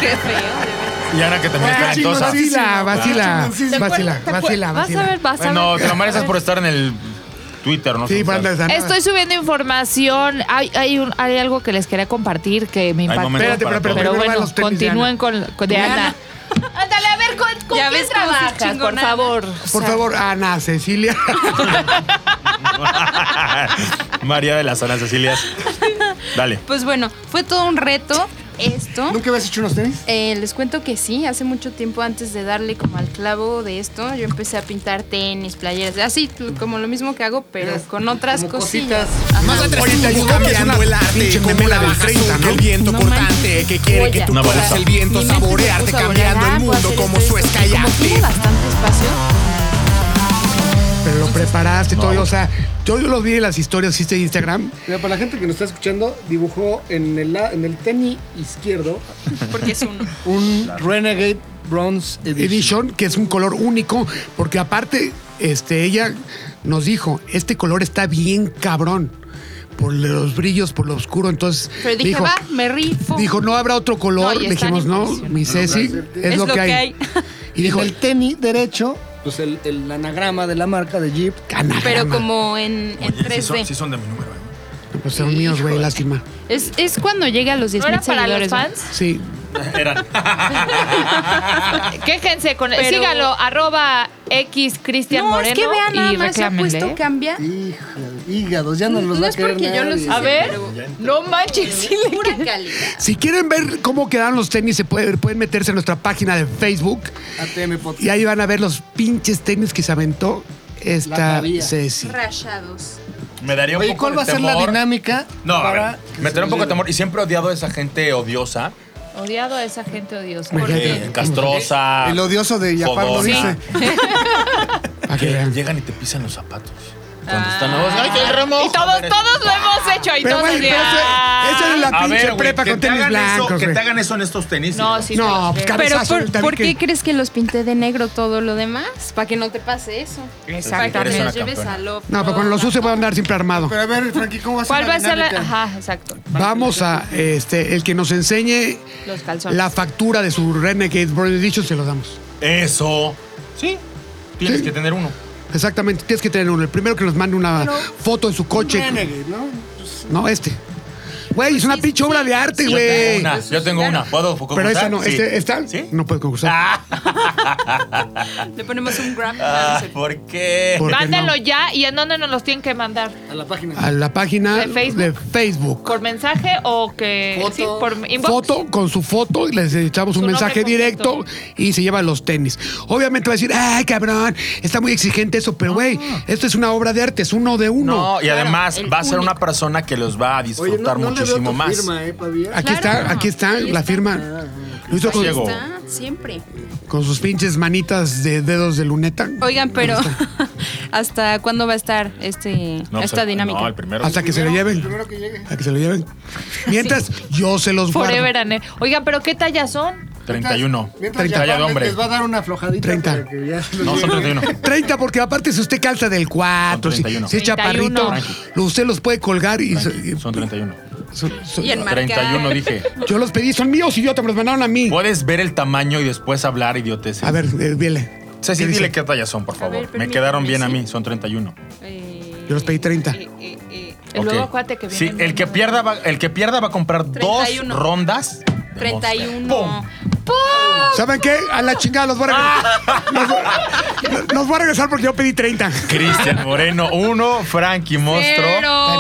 Speaker 7: Qué feo.
Speaker 4: Y Ana, que también
Speaker 2: Ah,
Speaker 4: es talentosa.
Speaker 2: Vacila, vacila,
Speaker 5: Chingoncísima.
Speaker 2: vacila,
Speaker 7: ¿Te acuerdas?
Speaker 2: vacila,
Speaker 6: Vas a ver,
Speaker 2: vacila.
Speaker 6: vas a ver.
Speaker 4: No, te lo mereces por estar en el Twitter, ¿no?
Speaker 2: Sí, pues,
Speaker 4: sé,
Speaker 2: para andar
Speaker 4: tal.
Speaker 2: esa-
Speaker 6: Estoy subiendo información. Hay, hay, un- hay algo que les quería compartir que me impactó.
Speaker 4: momentos
Speaker 2: Espérate, pero, pero,
Speaker 4: Pero
Speaker 6: Pero
Speaker 2: primero van
Speaker 6: bueno,
Speaker 2: los tenis de
Speaker 6: continúen con, con de
Speaker 7: Ana.
Speaker 6: Ana.
Speaker 7: Ándale, a ver, ¿con, con
Speaker 6: Ya
Speaker 7: quién
Speaker 6: ves cómo
Speaker 7: trabajas,
Speaker 6: es chingona. por
Speaker 7: chingona?
Speaker 6: favor.
Speaker 2: Ana. Por favor, Ana, Cecilia.
Speaker 4: María de las Ana Cecilias. Dale.
Speaker 7: Pues bueno, fue todo un reto esto.
Speaker 5: ¿Nunca habías hecho unos tenis?
Speaker 7: Eh, les cuento que sí, hace mucho tiempo antes de darle como al clavo de esto, yo empecé a pintar tenis, playeras, así como lo mismo que hago, pero con otras
Speaker 5: Como
Speaker 7: cosillas.
Speaker 5: cositas.
Speaker 7: Ajá.
Speaker 2: Oye, te ayudó
Speaker 1: cambiando el arte
Speaker 2: pinche
Speaker 1: como
Speaker 2: memela
Speaker 1: la
Speaker 2: del
Speaker 1: baja
Speaker 2: 30,
Speaker 1: azul,
Speaker 2: ¿no?
Speaker 1: el viento
Speaker 7: No
Speaker 1: cortante que quiere que tú
Speaker 4: Una
Speaker 1: puedas
Speaker 4: balanza.
Speaker 1: el viento
Speaker 7: Mi mente se
Speaker 1: saborearte
Speaker 7: puso a
Speaker 1: cambiando
Speaker 6: ah,
Speaker 7: volar,
Speaker 1: el
Speaker 6: pues,
Speaker 7: puedo
Speaker 1: mundo
Speaker 7: hacer
Speaker 1: como
Speaker 7: esto,
Speaker 1: su
Speaker 7: esto, esto. Como tiene
Speaker 1: skyactiv.
Speaker 7: bastante espacio.
Speaker 2: Pero lo preparaste todo. O sea, yo lo vi en las historias, hiciste de Instagram.
Speaker 5: Mira, para la gente que nos está escuchando, dibujó en el, la- en el tenis izquierdo
Speaker 7: Porque es uno.
Speaker 5: un Renegade Bronze Edition.
Speaker 2: Edition, que es un color único, porque aparte, este, ella nos dijo, este color está bien cabrón por los brillos, por lo oscuro, entonces
Speaker 7: Pero dije,
Speaker 2: dijo,
Speaker 7: va, me rifo.
Speaker 2: dijo, no habrá otro color,
Speaker 6: No, y
Speaker 2: le
Speaker 6: están
Speaker 2: dijimos, no,
Speaker 6: impresionantes.
Speaker 2: mi Ceci, es, lo que hay. Y dijo,
Speaker 5: En el tenis derecho, pues el, el anagrama de la marca de Jeep.
Speaker 2: canagrama.
Speaker 7: Pero como en, en
Speaker 4: Oye, sí
Speaker 7: 3D.
Speaker 4: son, sí son de mi número. ¿eh?
Speaker 2: Pues son míos, güey, lástima.
Speaker 7: Es, es cuando llegue a los 10
Speaker 6: ¿No era para los
Speaker 7: seguidores. ¿no?
Speaker 6: fans?
Speaker 2: Sí,
Speaker 4: Eran.
Speaker 6: Quéjense con
Speaker 7: Pero-
Speaker 6: Sígalo, arroba X Cristian
Speaker 7: No,
Speaker 6: Moreno
Speaker 7: es que vean nada
Speaker 6: y
Speaker 7: más, se ha
Speaker 6: reclámenle.
Speaker 7: puesto cambia.
Speaker 5: Hija, hígados, ya no los
Speaker 7: No
Speaker 5: va a
Speaker 7: es porque
Speaker 5: querer
Speaker 7: yo los
Speaker 5: nadie.
Speaker 7: hice,
Speaker 6: A ver, no manches, sí le
Speaker 7: Pura calidad.
Speaker 2: si quieren ver cómo quedaron los tenis, se puede- pueden meterse en nuestra página de Facebook
Speaker 5: ATM Podcast.
Speaker 2: y ahí van a ver los pinches tenis que se aventó
Speaker 5: La
Speaker 2: esta
Speaker 5: María.
Speaker 2: Ceci.
Speaker 7: Rayados.
Speaker 4: Me daría un
Speaker 5: Oye,
Speaker 4: poco
Speaker 5: ¿cuál
Speaker 4: de
Speaker 5: va a ser la
Speaker 4: temor.
Speaker 5: dinámica?
Speaker 4: No, a
Speaker 5: para
Speaker 4: ver,
Speaker 5: que
Speaker 4: me
Speaker 5: se
Speaker 4: daría un poco de
Speaker 5: lleven?
Speaker 4: temor. Y siempre he odiado a esa gente odiosa,
Speaker 6: Odiado a esa gente odiosa.
Speaker 2: Me
Speaker 6: ¿Por
Speaker 2: cae
Speaker 6: qué?
Speaker 4: eh, castrosa.
Speaker 5: El odioso de Yapar lo
Speaker 4: jodona.
Speaker 5: dice.
Speaker 2: Para que
Speaker 4: Que
Speaker 2: vean.
Speaker 4: llegan y te pisan los zapatos. Cuando están nuevos. ¡Ay, qué remojo!
Speaker 6: Y todos, todos lo hemos hecho y
Speaker 2: Pero
Speaker 6: todos
Speaker 2: bueno,
Speaker 6: así,
Speaker 2: pero
Speaker 6: ah.
Speaker 2: ese- esa es la
Speaker 4: A
Speaker 2: pinche
Speaker 4: ver, güey,
Speaker 2: prepa
Speaker 4: que
Speaker 2: con
Speaker 4: te
Speaker 2: tenis
Speaker 4: hagan eso-
Speaker 2: blancos.
Speaker 4: Que
Speaker 2: güey.
Speaker 4: te hagan eso en estos tenis.
Speaker 6: No, sí. te
Speaker 2: No,
Speaker 6: los
Speaker 2: pues,
Speaker 6: creo.
Speaker 7: Pero
Speaker 2: cabezazo.
Speaker 7: por,
Speaker 2: ahorita vi
Speaker 7: ¿por qué
Speaker 2: que-
Speaker 7: crees que los pinté de negro todo lo demás? Para que no te pase eso. Para que
Speaker 4: Eres
Speaker 7: te
Speaker 4: una
Speaker 7: los lleves
Speaker 4: campeona.
Speaker 7: a lo
Speaker 2: No, pero cuando los use va a andar siempre armado.
Speaker 5: Pero a ver, Frankie, ¿cómo va a ser
Speaker 6: ¿Cuál
Speaker 5: la
Speaker 6: va a ser la...?
Speaker 5: dinámica?
Speaker 6: Ajá, exacto.
Speaker 2: Vamos a, este, el que nos enseñe
Speaker 6: Los calzones.
Speaker 2: la factura de su Renegade Brother Edition, se lo damos.
Speaker 4: Eso. Sí. Tienes
Speaker 2: Sí.
Speaker 4: que tener uno.
Speaker 2: Exactamente, tienes que tener uno. El primero que nos mande una foto de su coche.
Speaker 5: Renegade, ¿no?
Speaker 2: No, este. Güey, es una pinche obra de arte,
Speaker 4: Yo tengo
Speaker 2: güey.
Speaker 4: una. Yo tengo una. ¿Puedo
Speaker 2: Pero
Speaker 4: concursar?
Speaker 2: esa no,
Speaker 4: Sí.
Speaker 2: este, esta
Speaker 4: ¿Sí?
Speaker 2: no puede concursar.
Speaker 4: Ah,
Speaker 7: Le ponemos un grab.
Speaker 4: ah, ¿Por qué?
Speaker 2: ¿Por qué
Speaker 6: Mándalo
Speaker 2: no?
Speaker 6: ya y en dónde nos los tienen que mandar.
Speaker 5: A la página.
Speaker 2: A la página
Speaker 6: ¿De
Speaker 2: de
Speaker 6: Facebook?
Speaker 2: Facebook.
Speaker 6: ¿Por mensaje o que...?
Speaker 5: Foto.
Speaker 6: Sí, por inbox.
Speaker 2: foto con su foto y les echamos
Speaker 6: Su
Speaker 2: un mensaje
Speaker 6: nombre completo.
Speaker 2: directo y se lleva los tenis. Obviamente va a decir, ay, cabrón, está muy exigente eso, pero güey,
Speaker 6: Ah.
Speaker 2: esto es una obra de arte, es uno de uno.
Speaker 4: No, y además
Speaker 7: el
Speaker 4: va a ser
Speaker 7: único.
Speaker 4: una persona que los va a
Speaker 5: Oye, no,
Speaker 4: disfrutar
Speaker 5: no le veo
Speaker 4: muchísimo
Speaker 5: tu
Speaker 4: más.
Speaker 5: firma, ¿eh, Pavía?
Speaker 2: Aquí está, aquí está
Speaker 7: ahí
Speaker 2: la
Speaker 7: está.
Speaker 2: firma.
Speaker 6: Ah,
Speaker 2: Lo hizo
Speaker 4: Ahí
Speaker 2: con,
Speaker 4: está.
Speaker 7: Está siempre.
Speaker 2: con sus pinches manitas de dedos de luneta.
Speaker 7: Oigan, pero ¿hasta cuándo va a estar este,
Speaker 4: No,
Speaker 7: esta
Speaker 4: pues,
Speaker 7: dinámica?
Speaker 4: No, el primero.
Speaker 2: Hasta que se lo lleven.
Speaker 5: Primero que llegue.
Speaker 2: Hasta que se lo lleven. Mientras, yo se los guardo.
Speaker 6: Forever and ever. Oigan, ¿pero qué tallas son?
Speaker 4: 31.
Speaker 5: Mientras
Speaker 4: Talla de
Speaker 5: Yapar
Speaker 4: hombre.
Speaker 5: les va a dar una aflojadita.
Speaker 2: 30.
Speaker 5: para que ya se los
Speaker 4: No, son
Speaker 5: lleven.
Speaker 4: 31.
Speaker 2: 30, porque aparte si usted calza del 4,
Speaker 4: Son
Speaker 2: si,
Speaker 4: 31.
Speaker 2: si es chaparrito,
Speaker 6: 31.
Speaker 2: lo- usted los puede colgar y...
Speaker 4: Son 31.
Speaker 2: son- son-
Speaker 7: Y enmarcar.
Speaker 4: 31 dije.
Speaker 2: yo los pedí, son míos, idiota, me los mandaron a mí.
Speaker 4: Puedes ver el tamaño y después hablar idioteces.
Speaker 2: A ver, eh, dile.
Speaker 4: Ceci,
Speaker 2: ¿Qué dice?
Speaker 4: dile qué talla son, por favor.
Speaker 7: ver,
Speaker 4: Me
Speaker 7: permíteme,
Speaker 4: quedaron bien a
Speaker 7: sí.
Speaker 4: mí, son 31.
Speaker 7: Eh,
Speaker 2: Yo los pedí 30.
Speaker 7: eh, eh, eh,
Speaker 6: El
Speaker 4: Ok.
Speaker 6: luego acuérdate que viene.
Speaker 4: Sí, el que pierda va, el que pierda va a comprar
Speaker 7: 31.
Speaker 4: dos rondas. de
Speaker 7: 31.
Speaker 4: Monster. ¡Pum!
Speaker 2: ¿Saben qué? A la chingada los voy a regresar. Nos, voy- nos voy a regresar porque yo pedí 30. Está
Speaker 4: Cristian Moreno, uno. Frankie Monstruo.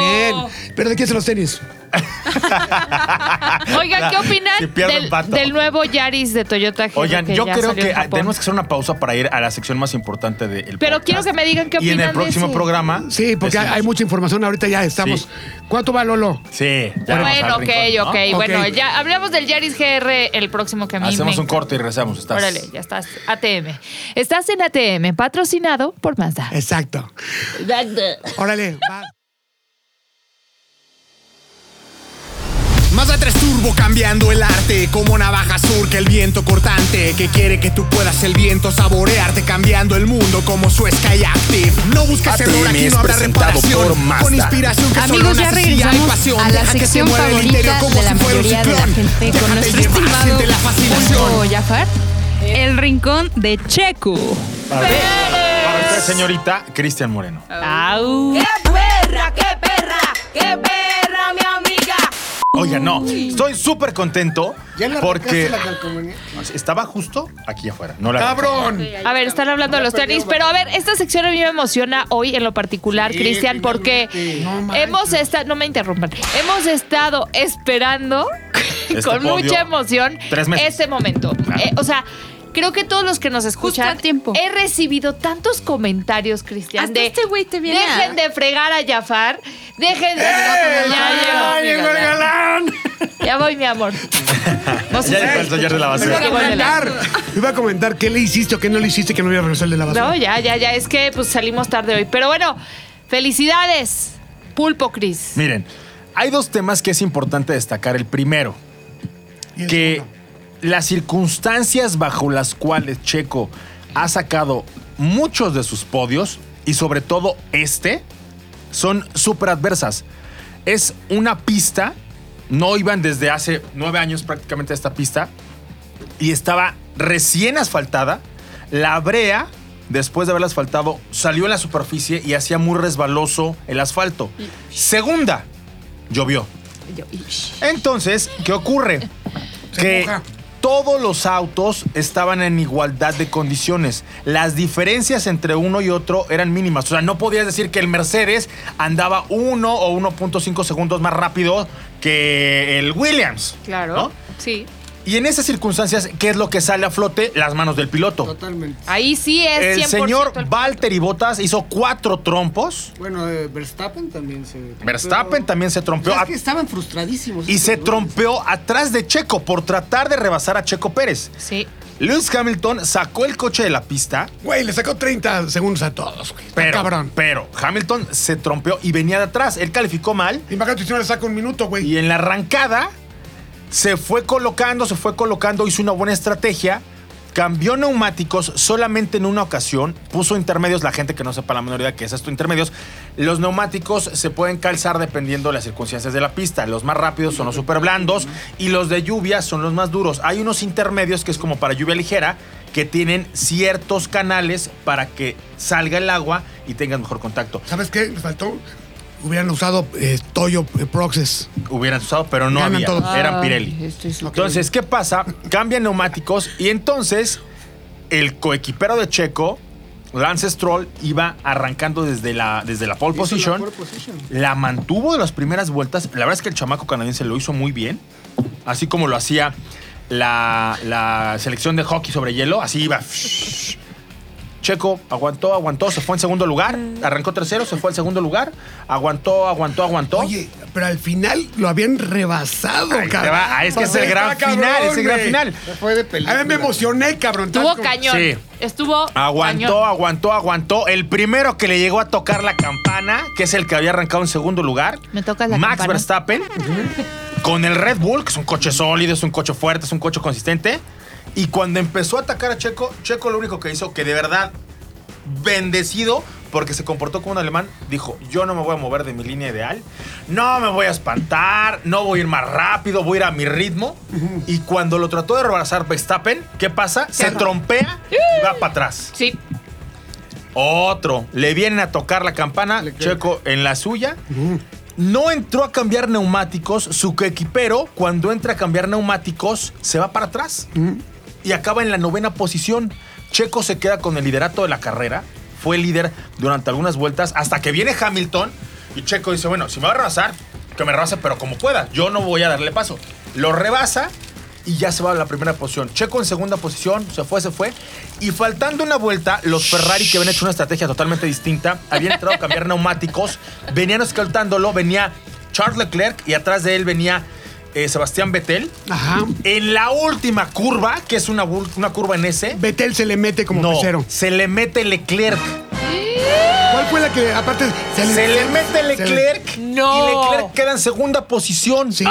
Speaker 2: bien. ¿Pero de quién son los tenis?
Speaker 6: Oigan, ¿qué opinan
Speaker 4: Si pierdo,
Speaker 6: del,
Speaker 4: empato.
Speaker 6: del nuevo Yaris de Toyota Hero
Speaker 4: Oigan,
Speaker 6: que
Speaker 4: yo
Speaker 6: ya
Speaker 4: creo
Speaker 6: salió en
Speaker 4: que ah,
Speaker 6: Japón?
Speaker 4: tenemos que hacer una pausa para ir a la sección más importante del
Speaker 6: Pero quiero que me digan qué
Speaker 4: Y en
Speaker 6: opinan
Speaker 4: el
Speaker 6: de
Speaker 4: próximo
Speaker 6: ese.
Speaker 4: programa.
Speaker 2: Sí, porque hay,
Speaker 4: decimos.
Speaker 2: hay mucha información. Ahorita ya estamos.
Speaker 4: Sí.
Speaker 2: ¿Cuánto va Lolo?
Speaker 4: Sí, ya vamos
Speaker 6: Bueno,
Speaker 4: al
Speaker 6: ok,
Speaker 4: rincón, ¿no?
Speaker 6: ok. Bueno,
Speaker 2: Ok.
Speaker 6: ya hablamos del Yaris GR el próximo que a mí
Speaker 4: Hacemos
Speaker 6: me
Speaker 4: un corte y regresamos. Estás-
Speaker 6: Órale, ya estás. ATM. Estás en ATM, patrocinado por Mazda.
Speaker 2: Exacto. Órale, va.
Speaker 1: Mazda 3 Turbo cambiando el arte, como navaja surca el viento cortante, que quiere que tú puedas el viento saborearte, cambiando el mundo como su Sky Active. No busques
Speaker 9: ATM
Speaker 1: error, aquí
Speaker 9: es
Speaker 1: no habrá
Speaker 9: presentado por
Speaker 1: reparación,
Speaker 9: Mazda.
Speaker 1: con inspiración que solo
Speaker 7: Amigos, ya
Speaker 1: nace si hay
Speaker 7: regresamos
Speaker 1: pasión,
Speaker 7: a la
Speaker 1: deja que se
Speaker 7: sección
Speaker 1: mueva el
Speaker 7: favorita
Speaker 1: interior como
Speaker 7: de la
Speaker 1: si fuera
Speaker 7: mayoría de
Speaker 1: un
Speaker 7: la
Speaker 1: ciclón.
Speaker 7: gente con
Speaker 1: Déjate
Speaker 7: nuestro
Speaker 1: llevar,
Speaker 7: estimado
Speaker 1: siente la fascinación.
Speaker 7: Pulpo Jafar. El rincón de Checo.
Speaker 4: Para usted, señorita Cristian Moreno.
Speaker 7: Au.
Speaker 4: Oiga, no, estoy súper contento
Speaker 5: ¿Ya le
Speaker 4: porque
Speaker 5: arrancaste la calcomanía?
Speaker 4: estaba justo aquí afuera. No la
Speaker 2: ¡Cabrón!
Speaker 6: A ver, están hablando de los tenis, pero a ver, esta sección a mí me emociona hoy en lo particular, Cristian, porque hemos estado, no me interrumpan, hemos estado esperando
Speaker 4: Este
Speaker 6: con
Speaker 4: podio,
Speaker 6: mucha emoción
Speaker 4: tres meses. Ah.
Speaker 6: este momento.
Speaker 4: Claro.
Speaker 6: Eh, o sea, creo que todos los que nos escuchan,
Speaker 7: a tiempo.
Speaker 6: he recibido tantos comentarios, Cristian,
Speaker 7: Hasta
Speaker 6: de
Speaker 7: este güey te viene a-
Speaker 6: dejen de fregar a Jafar, dejen de... Ah, Ya, llegó, mira, ya. Ya voy, mi amor. No sé
Speaker 4: Ya
Speaker 6: si-
Speaker 4: llegó el señor de la
Speaker 2: Iba
Speaker 4: basura.
Speaker 2: a comentar. Iba a comentar qué le hiciste o qué no le hiciste que no había regresado el de la basura.
Speaker 6: No, ya, ya, ya. Es que pues salimos tarde hoy. Pero bueno, felicidades, Pulpo Cris.
Speaker 4: Miren, hay dos temas que es importante destacar. El primero,
Speaker 2: Y el
Speaker 4: que
Speaker 2: segundo.
Speaker 4: las circunstancias bajo las cuales Checo ha sacado muchos de sus podios y sobre todo este son súper adversas. Es una pista, no iban desde hace nueve años prácticamente a esta pista y estaba recién asfaltada. La brea, después de haberla asfaltado, salió en la superficie y hacía muy resbaloso el asfalto. Segunda, llovió. Entonces, ¿qué ocurre? que
Speaker 2: moja.
Speaker 4: todos los autos estaban en igualdad de condiciones. Las diferencias entre uno y otro eran mínimas. O sea, no podías decir que el Mercedes andaba 1 o 1.5 segundos más rápido que el Williams.
Speaker 6: Claro.
Speaker 4: ¿no?
Speaker 6: Sí.
Speaker 4: Y en esas circunstancias, ¿qué es lo que sale a flote? Las manos del piloto.
Speaker 5: Totalmente.
Speaker 6: Ahí sí es 100%
Speaker 4: El señor
Speaker 6: el-
Speaker 4: Valtteri Bottas hizo cuatro trompos.
Speaker 5: Bueno, eh, Verstappen también se.
Speaker 4: Verstappen
Speaker 5: pero-
Speaker 4: también se trompeó.
Speaker 5: Es que estaban frustradísimos.
Speaker 4: Y se
Speaker 5: trompeó.
Speaker 4: trompeó atrás de Checo por tratar de rebasar a Checo Pérez.
Speaker 6: Sí.
Speaker 4: Lewis Hamilton sacó el coche de la pista,
Speaker 2: Güey, le sacó 30 segundos a todos, güey. Está
Speaker 4: pero,
Speaker 2: cabrón.
Speaker 4: pero Hamilton se trompeó y venía de atrás. Él calificó mal
Speaker 2: Imagínate si no le saca un minuto, güey.
Speaker 4: y en la arrancada se fue colocando, se fue colocando, hizo una buena estrategia. Cambió neumáticos solamente en una ocasión. Puso intermedios, la gente que no sepa la menor idea que es esto, intermedios. Los neumáticos se pueden calzar dependiendo de las circunstancias de la pista. Los más rápidos son los super blandos y los de lluvia son los más duros. Hay unos intermedios que es como para lluvia ligera que tienen ciertos canales para que salga el agua y tengas mejor contacto.
Speaker 2: ¿Sabes qué? Les faltó. Hubieran usado eh, Toyo eh, Proxes.
Speaker 4: Hubieran usado, pero no
Speaker 2: Ganan
Speaker 4: había.
Speaker 2: todos.
Speaker 6: Ah,
Speaker 4: Eran Pirelli.
Speaker 6: Ay, esto es lo que-
Speaker 4: Entonces, ¿qué pasa? Cambian neumáticos y entonces el coequipero de Checo, Lance Stroll, iba arrancando desde la, desde la pole position. La, mantuvo de las primeras vueltas. La verdad es que el chamaco canadiense lo hizo muy bien. Así como lo hacía la, la selección de hockey sobre hielo. Así iba. Checo aguantó, aguantó, se fue en segundo lugar. Arrancó tercero, se fue al segundo lugar. Aguantó, aguantó, aguantó.
Speaker 2: Oye, pero al final lo habían rebasado,
Speaker 4: Ahí te
Speaker 2: cabrón.
Speaker 4: va. Ah, es que es el gran
Speaker 2: Está cabrón,
Speaker 4: final, es el gran
Speaker 2: güey.
Speaker 4: final.
Speaker 5: Fue de
Speaker 2: A
Speaker 5: película.
Speaker 2: ver, me emocioné, cabrón.
Speaker 6: Estuvo
Speaker 2: Estás
Speaker 6: cañón.
Speaker 4: Sí.
Speaker 6: Estuvo.
Speaker 4: Aguantó,
Speaker 6: cañón.
Speaker 4: aguantó, aguantó. El primero que le llegó a tocar la campana, que es el que había arrancado en segundo lugar.
Speaker 6: ¿Me tocas la
Speaker 4: Max
Speaker 6: campana?
Speaker 4: Verstappen. Con el Red Bull, que es un coche sólido, es un coche fuerte, es un coche consistente. Y cuando empezó a atacar a Checo, Checo lo único que hizo, que de verdad, bendecido, porque se comportó como un alemán, dijo, yo no me voy a mover de mi línea ideal, no me voy a espantar, no voy a ir más rápido, voy a ir a mi ritmo. Y cuando lo trató de rebasar Verstappen, ¿qué pasa? Se trompea y va para atrás.
Speaker 6: Sí.
Speaker 4: Otro. Le vienen a tocar la campana,
Speaker 5: Le queda-
Speaker 4: Checo en la suya. No entró a cambiar neumáticos. Su coequipero, cuando entra a cambiar neumáticos, se va para atrás y acaba en la novena posición. Checo se queda con el liderato de la carrera. Fue líder durante algunas vueltas hasta que viene Hamilton y Checo dice, bueno, si me va a rebasar, que me rebase, pero como pueda. Yo no voy a darle paso. Lo rebasa y ya se va a la primera posición. Checo en segunda posición, se fue, se fue. Y faltando una vuelta, los Ferrari que habían hecho una estrategia totalmente distinta, habían entrado a cambiar neumáticos, venían escoltándolo, venía Charles Leclerc y atrás de él venía eh, Sebastián Vettel.
Speaker 2: Ajá.
Speaker 4: En la última curva, que es una, bur- una curva en S,
Speaker 2: Betel se le mete como
Speaker 4: no,
Speaker 2: pecero.
Speaker 4: se le mete Leclerc.
Speaker 2: ¿Cuál fue la que, aparte,
Speaker 4: Se le mete Leclerc
Speaker 6: No.
Speaker 4: y Leclerc queda en segunda posición.
Speaker 2: Sí.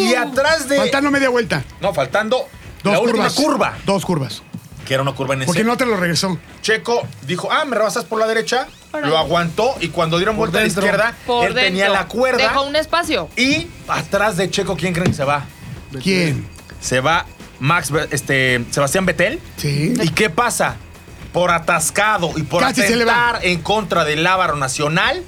Speaker 4: Y atrás de...
Speaker 2: Faltando media vuelta.
Speaker 4: No, faltando
Speaker 2: Dos
Speaker 4: la última
Speaker 2: curvas.
Speaker 4: curva.
Speaker 2: Dos curvas.
Speaker 4: Que era una curva en
Speaker 2: Porque
Speaker 4: S.
Speaker 2: no te lo regresó.
Speaker 4: Checo dijo, ah, me rebasas por la derecha. Lo aguantó y cuando dieron vuelta a la izquierda,
Speaker 6: Por
Speaker 4: él
Speaker 6: dentro.
Speaker 4: tenía la cuerda.
Speaker 6: Dejó un espacio.
Speaker 4: Y atrás de Checo, ¿quién creen que se va?
Speaker 2: ¿Quién?
Speaker 4: Se va Max, Ve- este, Sebastián Vettel.
Speaker 2: Sí.
Speaker 4: ¿Y qué pasa? Por atascado y por
Speaker 2: Casi se le va.
Speaker 4: atentar en contra del Lábaro Nacional,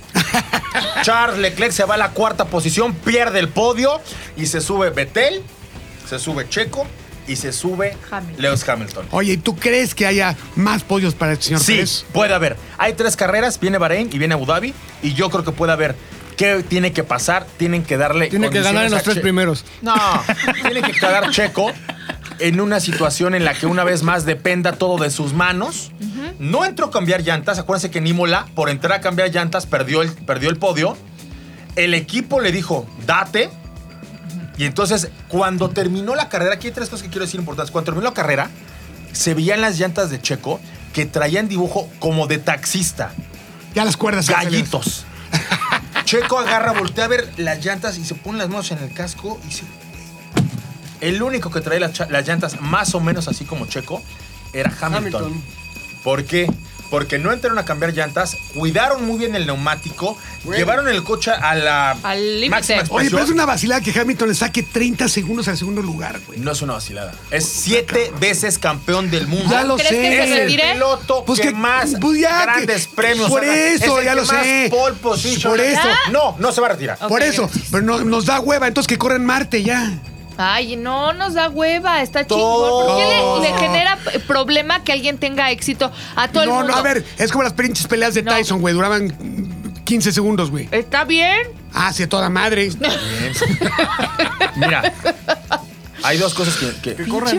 Speaker 4: Charles Leclerc se va a la cuarta posición, pierde el podio y se sube Vettel, se sube Checo y se sube
Speaker 6: Hamilton.
Speaker 4: Lewis Hamilton.
Speaker 2: Oye, ¿y tú crees que haya más podios para el señor
Speaker 4: Sí,
Speaker 2: Pérez?
Speaker 4: puede haber. Hay tres carreras, viene Bahrein y viene Abu Dhabi, y yo creo que puede haber. ¿Qué tiene que pasar? Tienen que darle.
Speaker 5: Tiene que ganar en
Speaker 4: condiciones
Speaker 5: los
Speaker 4: a
Speaker 5: tres
Speaker 4: Che-
Speaker 5: primeros.
Speaker 4: No, tiene que quedar Checo en una situación en la que una vez más dependa todo de sus manos. No entró a cambiar llantas. Acuérdense que en Imola, por entrar a cambiar llantas, perdió el, perdió el podio. El equipo le dijo, date. Y entonces, cuando terminó la carrera, aquí hay tres cosas que quiero decir importantes. Cuando terminó la carrera, se veían las llantas de Checo que traían dibujo como de taxista.
Speaker 2: Ya las cuerdas.
Speaker 4: Gallitos. Checo agarra, voltea a ver las llantas y se pone las manos en el casco y se... El único que trae las, cha- las llantas más o menos así como Checo era Hamilton.
Speaker 5: Hamilton.
Speaker 4: ¿Por qué? Porque no entraron a cambiar llantas, cuidaron muy bien el neumático,
Speaker 5: Güey.
Speaker 4: llevaron el coche a la
Speaker 6: Al límite.
Speaker 4: máxima
Speaker 2: Oye, pero es
Speaker 4: expresión.
Speaker 2: una vacilada que Hamilton le saque 30 segundos al segundo lugar, güey.
Speaker 4: No es una vacilada. Es siete veces campeón del mundo.
Speaker 2: Ya lo
Speaker 6: ¿Crees
Speaker 2: sé.
Speaker 6: que
Speaker 4: Es
Speaker 6: se
Speaker 4: el
Speaker 6: retire?
Speaker 4: piloto
Speaker 2: Pues
Speaker 4: que,
Speaker 2: que-
Speaker 4: más
Speaker 2: pues ya,
Speaker 4: grandes
Speaker 2: que-
Speaker 4: premios.
Speaker 2: por
Speaker 4: ha ganado. Es
Speaker 2: eso,
Speaker 4: el
Speaker 2: ya
Speaker 4: que
Speaker 2: lo
Speaker 4: más
Speaker 2: sé.
Speaker 4: pole position
Speaker 2: Por
Speaker 4: ha ganado.
Speaker 2: eso.
Speaker 4: No, no se va a retirar.
Speaker 6: Ok,
Speaker 2: Por eso,
Speaker 6: gracias.
Speaker 2: pero no- nos da hueva, entonces que corren Marte ya.
Speaker 6: Ay, no nos da hueva, está chingón.
Speaker 4: Todo.
Speaker 6: ¿Por qué le, le genera p- problema que alguien tenga éxito a todo el
Speaker 2: No,
Speaker 6: mundo?
Speaker 2: no, a ver, es como las pinches peleas de
Speaker 6: No.
Speaker 2: Tyson, güey, duraban mm, 15 segundos, güey.
Speaker 6: ¿Está bien?
Speaker 2: Ah, sí, a toda madre.
Speaker 4: Mira, hay dos cosas que, que-
Speaker 6: Pinche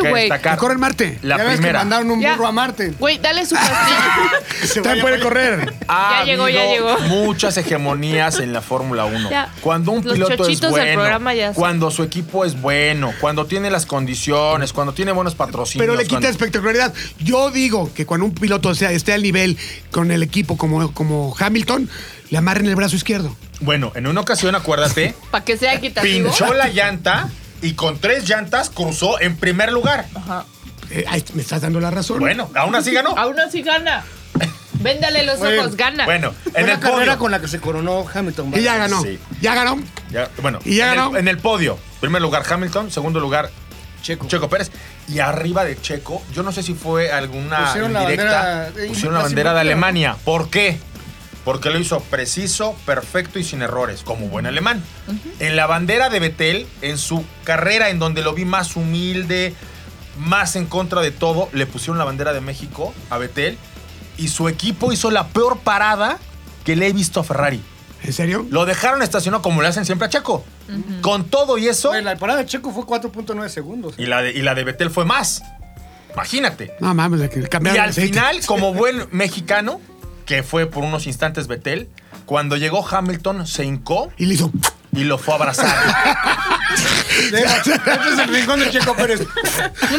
Speaker 4: que
Speaker 6: güey.
Speaker 4: destacar.
Speaker 2: Corren Marte.
Speaker 4: La
Speaker 5: ya ves que
Speaker 4: primera.
Speaker 5: mandaron un
Speaker 6: Ya.
Speaker 5: burro a Marte.
Speaker 6: Güey, dale su pastilla.
Speaker 2: También puede correr.
Speaker 4: Ha
Speaker 6: Ya llegó, ya
Speaker 4: habido
Speaker 6: llegó.
Speaker 4: Muchas hegemonías en la Fórmula 1.
Speaker 6: Ya.
Speaker 4: Cuando un
Speaker 6: Los
Speaker 4: piloto es
Speaker 6: chochitos del
Speaker 4: bueno,
Speaker 6: programa ya son.
Speaker 4: cuando su equipo es bueno, cuando tiene las condiciones, cuando tiene buenos patrocinios.
Speaker 2: Pero le quita
Speaker 4: cuando-
Speaker 2: espectacularidad. Yo digo que cuando un piloto sea, esté al nivel con el equipo como, como Hamilton, le amarren el brazo izquierdo.
Speaker 4: Bueno, en una ocasión, acuérdate,
Speaker 6: Para que sea equitativo.
Speaker 4: pinchó la llanta y con tres llantas cruzó en primer lugar.
Speaker 2: Eh, ay, me estás dando la razón.
Speaker 4: Bueno, aún así ganó.
Speaker 6: Aún así gana. Véndale los
Speaker 5: Bueno,
Speaker 6: ojos, gana.
Speaker 4: Bueno,
Speaker 5: Fue
Speaker 4: en
Speaker 5: la
Speaker 4: el
Speaker 5: carrera
Speaker 4: podio.
Speaker 5: con la que se coronó Hamilton.
Speaker 2: Y ya ganó.
Speaker 4: Sí.
Speaker 2: Ya ganó.
Speaker 4: Ya, bueno,
Speaker 2: Y ya
Speaker 4: en,
Speaker 2: ganó.
Speaker 4: El, en el podio. Primer lugar Hamilton, segundo lugar
Speaker 5: Checo.
Speaker 4: Checo Pérez. Y arriba de Checo, yo no sé si fue alguna
Speaker 5: Pusieron la
Speaker 4: directa.
Speaker 5: bandera de-
Speaker 4: pusieron la bandera de
Speaker 5: Inglaterra.
Speaker 4: Alemania. ¿Por qué? Porque lo hizo preciso, perfecto y sin errores, como buen alemán. En la bandera de Betel, en su carrera en donde lo vi más humilde, más en contra de todo, le pusieron la bandera de México a Betel y su equipo hizo la peor parada que le he visto a Ferrari.
Speaker 2: ¿En serio?
Speaker 4: Lo dejaron estacionado como le hacen siempre a Checo. Con todo y eso.
Speaker 5: Güey, la parada de Checo fue 4.9 segundos.
Speaker 4: Y la, de, y la de Betel fue más. Imagínate.
Speaker 2: No mames, la que cambiaron
Speaker 4: Y
Speaker 2: el
Speaker 4: al
Speaker 2: aceite.
Speaker 4: final, como buen mexicano, que fue por unos instantes Betel, cuando llegó Hamilton se hincó
Speaker 2: Y le hizo.
Speaker 4: y lo fue a abrazar.
Speaker 5: este es el rincón de Checo Pérez.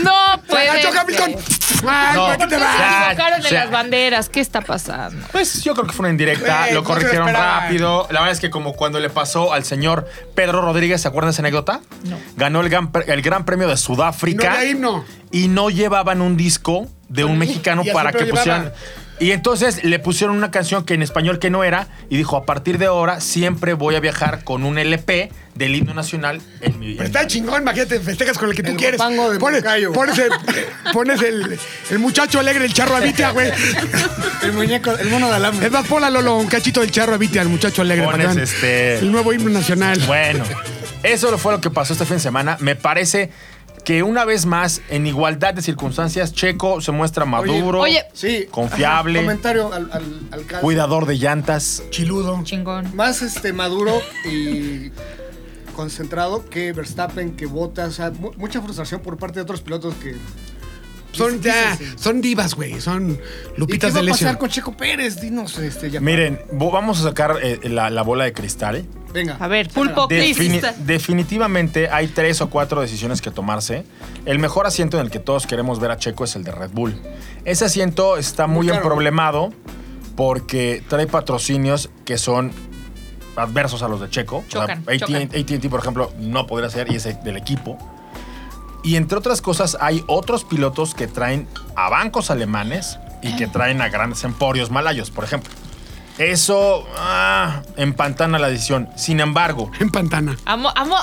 Speaker 6: No, pues.
Speaker 2: ¡Agacho, Hamilton! ¡Ay,
Speaker 4: No.
Speaker 2: ¿para qué te vas?
Speaker 4: Ya,
Speaker 6: Sacaron de
Speaker 4: ya.
Speaker 6: las banderas. ¿Qué está pasando?
Speaker 4: Pues yo creo que fue una indirecta,
Speaker 5: Güey,
Speaker 4: lo
Speaker 5: no se lo
Speaker 4: corrigieron
Speaker 5: esperaban.
Speaker 4: rápido. La verdad es que como cuando le pasó al señor Pedro Rodríguez, ¿se acuerdan de esa anécdota? Ganó el gran, pre- el gran premio de
Speaker 2: Y no
Speaker 4: Sudáfrica.
Speaker 2: había himno.
Speaker 4: y no llevaban un disco de un mexicano
Speaker 5: Y así
Speaker 4: para
Speaker 5: lo
Speaker 4: que
Speaker 5: llevaba.
Speaker 4: pusieran Y entonces le pusieron una canción que en español que no era y dijo, a partir de ahora siempre voy a viajar con un LP del himno nacional en mi...
Speaker 2: Pero
Speaker 4: en
Speaker 2: está
Speaker 4: mi-
Speaker 2: chingón, imagínate, festejas con el que tú
Speaker 5: El
Speaker 2: quieres.
Speaker 5: guapango de
Speaker 2: pones,
Speaker 5: Moncayo.
Speaker 2: pones el, pones el, el muchacho alegre, el charro Abitia, güey.
Speaker 5: El muñeco, el mono de alambre.
Speaker 2: Es más, ponla, Lolo, un cachito del charro Abitia, al muchacho alegre.
Speaker 4: Pones
Speaker 2: perdón.
Speaker 4: este-
Speaker 2: El nuevo himno nacional.
Speaker 4: Bueno, eso lo fue lo que pasó este fin de semana. Me parece que una vez más, en igualdad de circunstancias, Checo se muestra maduro,
Speaker 6: Oye,
Speaker 5: Sí.
Speaker 4: Confiable.
Speaker 5: Ajá, Comentario al, al, al caso.
Speaker 4: cuidador de llantas.
Speaker 2: Chiludo.
Speaker 6: chingón.
Speaker 5: Más este maduro y concentrado que Verstappen, que Bottas. O sea, mu- mucha frustración por parte de otros pilotos que.
Speaker 2: Son ya, son divas, güey. Son Lupitas
Speaker 5: ¿Y qué
Speaker 2: de
Speaker 5: va a pasar
Speaker 2: Lesio.
Speaker 5: con Checo Pérez? Dinos, este, ya.
Speaker 4: Miren, vo- vamos a sacar eh, la, la bola de cristal.
Speaker 5: Venga.
Speaker 6: A ver, pulpo, please.
Speaker 4: Defini-
Speaker 6: Está-
Speaker 4: definitivamente hay tres o cuatro decisiones que tomarse. El mejor asiento en el que todos queremos ver a Checo es el de Red Bull. Ese asiento está muy,
Speaker 5: Muy caro.
Speaker 4: emproblemado porque trae patrocinios que son adversos a los de Checo.
Speaker 6: Chocan,
Speaker 4: O sea, AT&T,
Speaker 6: chocan.
Speaker 4: AT&T, por ejemplo, no podría ser y es del equipo. Y entre otras cosas, hay otros pilotos que traen a bancos alemanes y que traen a grandes emporios malayos, por ejemplo. Eso ah, empantana la decisión. Sin embargo,
Speaker 2: En Pantana.
Speaker 6: Amo, amo,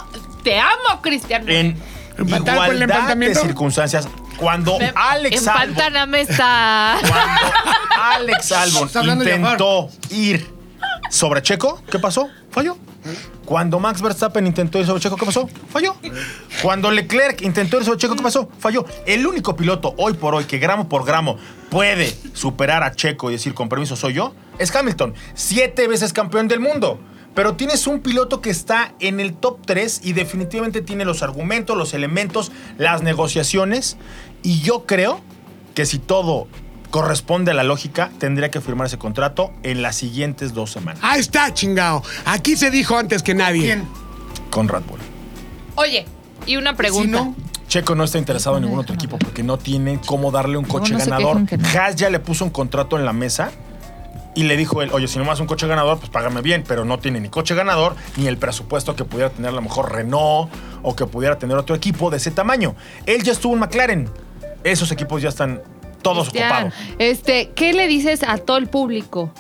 Speaker 6: te amo, Cristian.
Speaker 4: en
Speaker 2: Empatar por el
Speaker 4: igualdad de
Speaker 2: empantamiento.
Speaker 4: circunstancias, cuando
Speaker 6: Me-
Speaker 4: Alex
Speaker 6: en
Speaker 4: Albon,
Speaker 6: Pantana me está.
Speaker 4: cuando Alex Albon
Speaker 5: Está hablando de
Speaker 4: intentó ir sobre Checo, ¿qué pasó? Falló. Cuando Max Verstappen intentó ir sobre Checo, ¿qué pasó? Falló. Cuando Leclerc intentó ir sobre Checo, ¿qué pasó? Falló. El único piloto hoy por hoy que gramo por gramo puede superar a Checo y decir, con permiso, soy yo, es Hamilton. Siete veces campeón del mundo. Pero tienes un piloto que está en el top 3 y definitivamente tiene los argumentos, los elementos, las negociaciones. Y yo creo que si todo corresponde a la lógica, tendría que firmar ese contrato en las siguientes dos semanas
Speaker 2: Ahí está, chingado. Aquí se dijo antes que nadie.
Speaker 5: ¿Quién?
Speaker 4: con Red Bull.
Speaker 6: Oye, y una
Speaker 5: Si
Speaker 6: pregunta.
Speaker 5: no,
Speaker 4: Checo no está interesado en ningún otro equipo porque no tiene cómo darle un coche
Speaker 6: no se
Speaker 4: ganador.
Speaker 6: quejan que no.
Speaker 4: Haas ya le puso un contrato en la mesa y le dijo él, oye, si no me das un coche ganador, pues págame bien, pero no tiene ni coche ganador ni el presupuesto que pudiera tener a lo mejor Renault o que pudiera tener otro equipo de ese tamaño. Él ya estuvo en McLaren. Esos equipos ya están todos
Speaker 6: Cristian,
Speaker 4: ocupados.
Speaker 6: este, ¿qué le dices a todo el público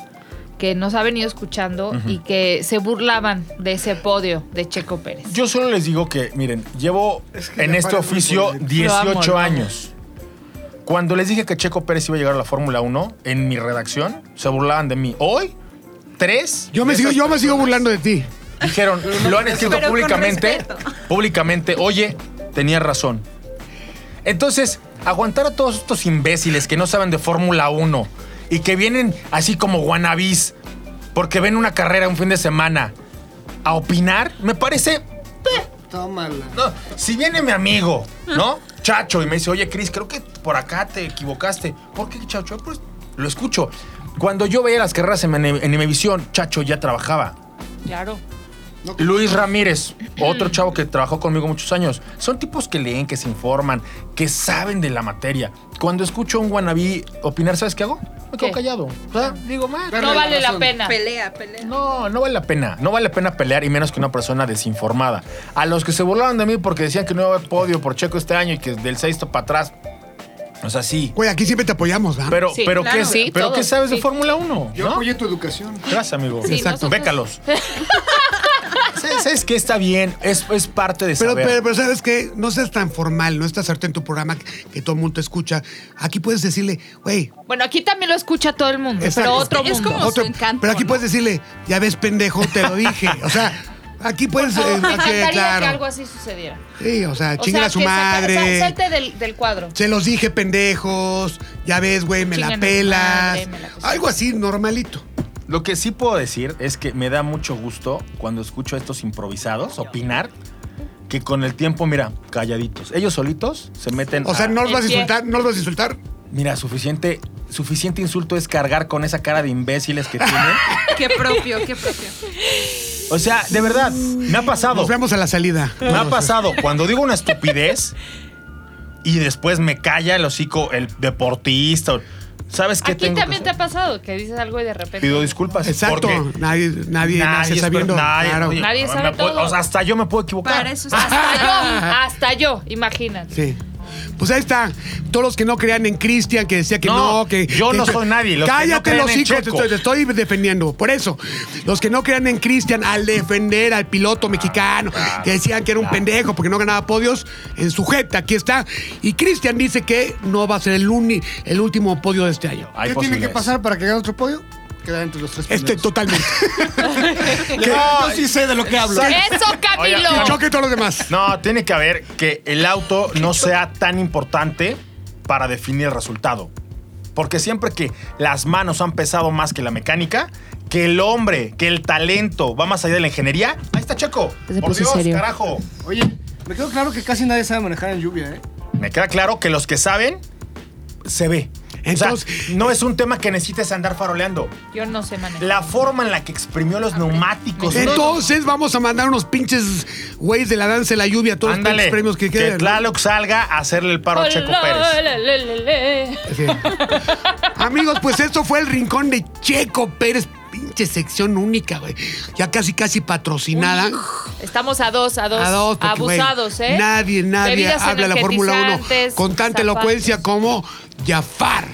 Speaker 6: que nos ha venido escuchando y que se burlaban de ese podio de Checo Pérez?
Speaker 4: Yo solo les digo que, miren, llevo
Speaker 5: Es que
Speaker 4: en
Speaker 5: ya
Speaker 4: este
Speaker 5: parece
Speaker 4: oficio
Speaker 5: muy
Speaker 4: 18
Speaker 6: Lo amo, lo amo.
Speaker 4: años. Cuando les dije que Checo Pérez iba a llegar a la Fórmula 1, en mi redacción se burlaban de mí. Hoy, tres.
Speaker 2: Yo me
Speaker 4: de
Speaker 2: sigo,
Speaker 4: esas
Speaker 2: yo me sigo
Speaker 4: personas
Speaker 2: burlando de ti.
Speaker 4: Dijeron, lo han escrito
Speaker 3: pero con
Speaker 4: públicamente.
Speaker 3: respeto.
Speaker 4: Públicamente, oye, tenía razón. Entonces, aguantar a todos estos imbéciles que no saben de Fórmula 1 y que vienen así como guanabis porque ven una carrera un fin de semana a opinar, me parece
Speaker 5: tómala.
Speaker 4: no, si viene mi amigo, ¿no? Chacho, y me dice, oye, Cris, creo que por acá te equivocaste. ¿Por qué, Chacho? Pues lo escucho. Cuando yo veía las carreras en, Ene- en Imevisión, Chacho ya trabajaba.
Speaker 6: Claro.
Speaker 4: Luis Ramírez, otro chavo que trabajó conmigo muchos años. Son tipos que leen, que se informan, que saben de la materia. Cuando escucho a un guanabí opinar, ¿sabes qué hago? Me quedo
Speaker 6: ¿Qué?
Speaker 4: callado. O sea, digo, "Ma,
Speaker 5: Darle
Speaker 6: no vale la
Speaker 5: razón.
Speaker 6: pena.
Speaker 3: Pelea, pelea.
Speaker 4: no, no vale la pena. No vale la pena pelear y menos que una persona desinformada. A los que se burlaron de mí porque decían que no iba a haber podio por Checo este año y que del sexto para atrás. O sea, sí.
Speaker 2: Güey, aquí siempre te apoyamos, ¿ah?
Speaker 4: Pero,
Speaker 6: Sí,
Speaker 4: pero,
Speaker 6: claro.
Speaker 4: ¿qué,
Speaker 6: Sí,
Speaker 4: pero
Speaker 6: todos,
Speaker 4: ¿qué sabes de
Speaker 6: sí.
Speaker 4: Fórmula 1?
Speaker 5: Yo apoyé tu educación.
Speaker 4: Gracias, amigo.
Speaker 6: Sí,
Speaker 2: Exacto.
Speaker 6: nosotros-
Speaker 4: Bécalos. ¿Sabes sabes qué? Está bien. Es, es parte de
Speaker 2: Pero,
Speaker 4: saber.
Speaker 2: pero, pero, ¿sabes qué? No seas tan formal, no estás harto en tu programa que, que todo el mundo te escucha. Aquí puedes decirle, güey,
Speaker 6: Bueno, aquí también lo escucha todo el mundo,
Speaker 2: Exacto.
Speaker 6: pero otro
Speaker 3: Es
Speaker 6: mundo.
Speaker 3: como-
Speaker 2: otro-
Speaker 3: su encanto,
Speaker 2: pero aquí
Speaker 3: ¿no?
Speaker 2: puedes decirle, ya ves, pendejo, te lo dije. O sea, aquí puedes...
Speaker 6: Por favor,
Speaker 2: eh,
Speaker 6: me
Speaker 2: hacer
Speaker 6: encantaría
Speaker 2: claro.
Speaker 6: que algo así sucediera.
Speaker 2: Sí, o sea, chingar a su
Speaker 6: que saca-
Speaker 2: madre.
Speaker 6: sal- salte del, del cuadro.
Speaker 2: Se los dije, pendejos. Ya ves, güey, me
Speaker 6: Chingan
Speaker 2: la
Speaker 6: a mi
Speaker 2: pelas.
Speaker 6: madre, me la puse.
Speaker 2: Algo así, normalito.
Speaker 4: Lo que sí puedo decir es que me da mucho gusto cuando escucho a estos improvisados opinar que con el tiempo, mira, calladitos. Ellos solitos se meten
Speaker 2: O sea,
Speaker 4: a-
Speaker 2: no los vas a
Speaker 6: El pie.
Speaker 2: insultar, no los vas a insultar.
Speaker 4: Mira, suficiente, suficiente insulto es cargar con esa cara de imbéciles que tienen.
Speaker 3: Qué propio, qué propio.
Speaker 4: O sea, de verdad, me ha pasado.
Speaker 2: Nos vemos a la salida.
Speaker 4: Me ha pasado. Cuando digo una estupidez y después me calla el hocico, el deportista. o- ¿Sabes qué
Speaker 6: Aquí
Speaker 4: tengo que
Speaker 6: también te ha
Speaker 4: hacer?
Speaker 6: pasado que dices algo y de repente.
Speaker 4: Pido disculpas.
Speaker 2: Exacto.
Speaker 4: porque
Speaker 2: Nadie, nadie, nace
Speaker 4: es
Speaker 2: sabiendo.
Speaker 4: per- nadie-
Speaker 2: claro.
Speaker 4: oye,
Speaker 6: Nadie
Speaker 4: me
Speaker 6: sabe
Speaker 4: puedo-
Speaker 6: todo.
Speaker 4: o sea, hasta yo me puedo equivocar.
Speaker 3: Para eso está.
Speaker 6: Hasta yo, hasta yo, imagínate.
Speaker 2: Sí. Pues ahí está. Todos los que no crean en Cristian, que decía que no,
Speaker 4: No,
Speaker 2: que.
Speaker 4: yo
Speaker 2: que-
Speaker 4: no soy nadie. Los que no
Speaker 2: cállate,
Speaker 4: crean
Speaker 2: los
Speaker 4: en
Speaker 2: hijos, te
Speaker 4: Checo.
Speaker 2: estoy, te estoy defendiendo. Por eso, los que no crean en Cristian al defender al
Speaker 4: Ah,
Speaker 2: piloto mexicano, que decían que era un pendejo porque no ganaba podios, en sujeta, aquí está. Y Cristian dice que no va a ser el, uni- el último podio de este
Speaker 4: Hay
Speaker 2: año.
Speaker 5: ¿Qué tiene que
Speaker 4: posibilidades.
Speaker 5: pasar para que gane otro podio? Quedar entre los tres
Speaker 2: Este
Speaker 5: primeros.
Speaker 2: totalmente.
Speaker 5: Yo sí sé de lo que hablo.
Speaker 6: ¡Eso, Camilo!
Speaker 2: Que choque todos los demás.
Speaker 4: No, tiene que haber que el auto no sea tan importante para definir el resultado. Porque siempre que las manos han pesado más que la mecánica, que el hombre, que el talento va más allá de la ingeniería, ahí está Checo.
Speaker 7: Se
Speaker 4: Por
Speaker 7: puso
Speaker 4: Dios,
Speaker 7: serio.
Speaker 4: carajo.
Speaker 5: Oye, me quedó claro que casi nadie sabe manejar en lluvia, ¿eh?
Speaker 4: Me queda claro que los que saben, se ve. O sea,
Speaker 2: Entonces-
Speaker 4: no es un tema que necesites andar faroleando.
Speaker 6: Yo no sé manejar.
Speaker 4: La forma en la que exprimió los neumáticos.
Speaker 2: Entonces vamos a mandar unos pinches güeyes de la danza de la lluvia a todos los
Speaker 4: Ándale,
Speaker 2: pinches premios que queden.
Speaker 4: Tlaloc salga a hacerle el paro a Checo Pérez.
Speaker 2: Sí. Amigos, pues esto fue el rincón de Checo Pérez, pinche sección única, güey. Ya casi, casi patrocinada.
Speaker 6: Estamos a dos, a dos.
Speaker 2: A dos, porque, güey,
Speaker 6: abusados, ¿eh?
Speaker 2: Nadie, nadie
Speaker 6: Bebidas
Speaker 2: habla de la Fórmula 1
Speaker 6: energizantes,
Speaker 2: con tanta
Speaker 6: zapatos.
Speaker 2: elocuencia como Jafar.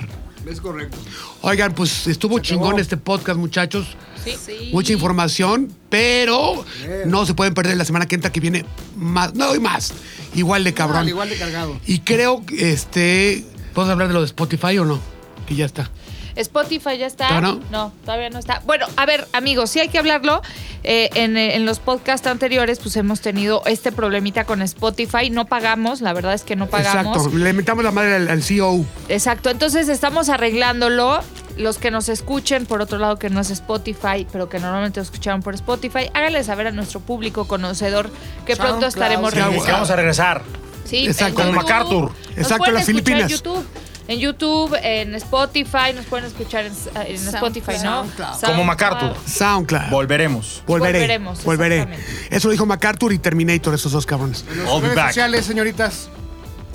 Speaker 5: Es correcto.
Speaker 2: Oigan, pues estuvo chingón este podcast, muchachos.
Speaker 3: Sí.
Speaker 2: Mucha información, pero no se pueden perder la semana que entra que viene más, no y más, igual de cabrón.
Speaker 5: Igual, igual de cargado.
Speaker 2: Y creo que este, ¿podemos hablar de lo de Spotify o no? Que ya está.
Speaker 6: Spotify ya está.
Speaker 2: ¿Todavía no?
Speaker 6: No? todavía no está. Bueno, a ver, amigos, sí hay que hablarlo. Eh, en, eh, en los podcasts anteriores, pues hemos tenido este problemita con Spotify. No pagamos, la verdad es que no pagamos.
Speaker 2: Exacto, le metamos la madre al, E al CEO.
Speaker 6: Exacto, entonces estamos arreglándolo. Los que nos escuchen, por otro lado, que no es Spotify, pero que normalmente lo escucharon por Spotify, háganle saber a nuestro público conocedor que pronto
Speaker 5: SoundCloud,
Speaker 6: estaremos
Speaker 2: sí,
Speaker 4: Y
Speaker 6: regresando.
Speaker 4: que vamos a regresar.
Speaker 6: Sí,
Speaker 2: Exacto.
Speaker 6: en
Speaker 2: Como
Speaker 6: YouTube.
Speaker 4: MacArthur.
Speaker 6: Nos
Speaker 2: Exacto,
Speaker 6: pueden
Speaker 2: las
Speaker 6: escuchar
Speaker 2: Filipinas.
Speaker 6: En YouTube, en YouTube, en Spotify, nos pueden escuchar en, en Spotify, ¿no?
Speaker 5: SoundCloud.
Speaker 4: Como MacArthur.
Speaker 2: SoundCloud.
Speaker 4: Volveremos.
Speaker 2: Volveré.
Speaker 6: Volveremos,
Speaker 2: volveré.
Speaker 6: exactamente.
Speaker 2: Eso dijo MacArthur y Terminator, esos dos cabrones.
Speaker 5: En
Speaker 4: I'll
Speaker 5: las
Speaker 4: be
Speaker 5: redes
Speaker 4: back.
Speaker 5: sociales, señoritas.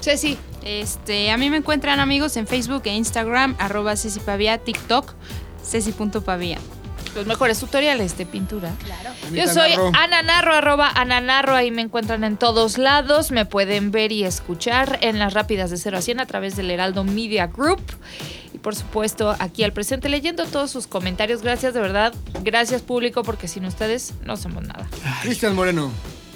Speaker 6: Ceci,
Speaker 7: Este, a mí me encuentran amigos en Facebook e Instagram, arroba Ceci Pavía, TikTok, Ceci.pavía.
Speaker 6: los mejores tutoriales de pintura. Yo
Speaker 5: Anita
Speaker 6: soy
Speaker 5: Narro.
Speaker 6: Ananarro, arroba Ananarro, ahí me encuentran en todos lados, me pueden ver y escuchar en las rápidas de 0 a 100 a través del Heraldo Media Group. Y por supuesto, aquí al presente leyendo todos sus comentarios. Gracias, de verdad. Gracias, público, porque sin ustedes no somos nada.
Speaker 5: Cristian Moreno.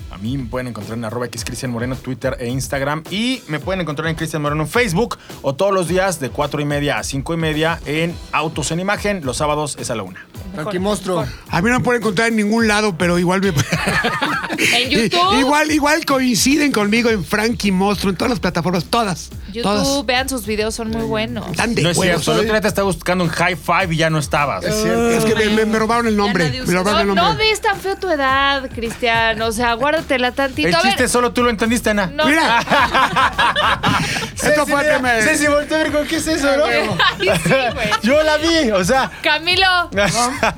Speaker 4: A mí me pueden encontrar en arroba X Cristian Moreno, Twitter e Instagram. Y me pueden encontrar en Cristian Moreno en Facebook o todos los días de 4 y media a 5 y media en Autos en Imagen. Los sábados es a la una.
Speaker 5: Frankie Monstruo.
Speaker 2: A mí no me pueden encontrar en ningún lado, pero igual me.
Speaker 6: En YouTube.
Speaker 2: igual, igual coinciden conmigo en Frankie Monstruo, en todas las plataformas, todas.
Speaker 6: YouTube,
Speaker 2: Todas.
Speaker 6: vean sus videos, son muy buenos.
Speaker 2: Tan de
Speaker 4: no es
Speaker 2: huevos.
Speaker 4: cierto. El otro día te estaba buscando en High Five y ya no estabas.
Speaker 5: Es cierto.
Speaker 2: Es que me, me- me robaron el nombre.
Speaker 7: nadie
Speaker 2: Me
Speaker 7: usa-
Speaker 2: robaron
Speaker 6: No,
Speaker 2: el
Speaker 6: no
Speaker 2: nombre.
Speaker 6: des tan feo tu edad, Cristian. O sea, guárdatela tantito.
Speaker 4: El
Speaker 6: A ver,
Speaker 4: chiste solo tú lo entendiste, Ana.
Speaker 6: no.
Speaker 2: Mira. Esto fue tema de-
Speaker 4: Ceci, voltea a ver con qué es eso, ¿no?
Speaker 6: Ay, sí, güey.
Speaker 4: Yo la vi, o sea.
Speaker 6: Camilo,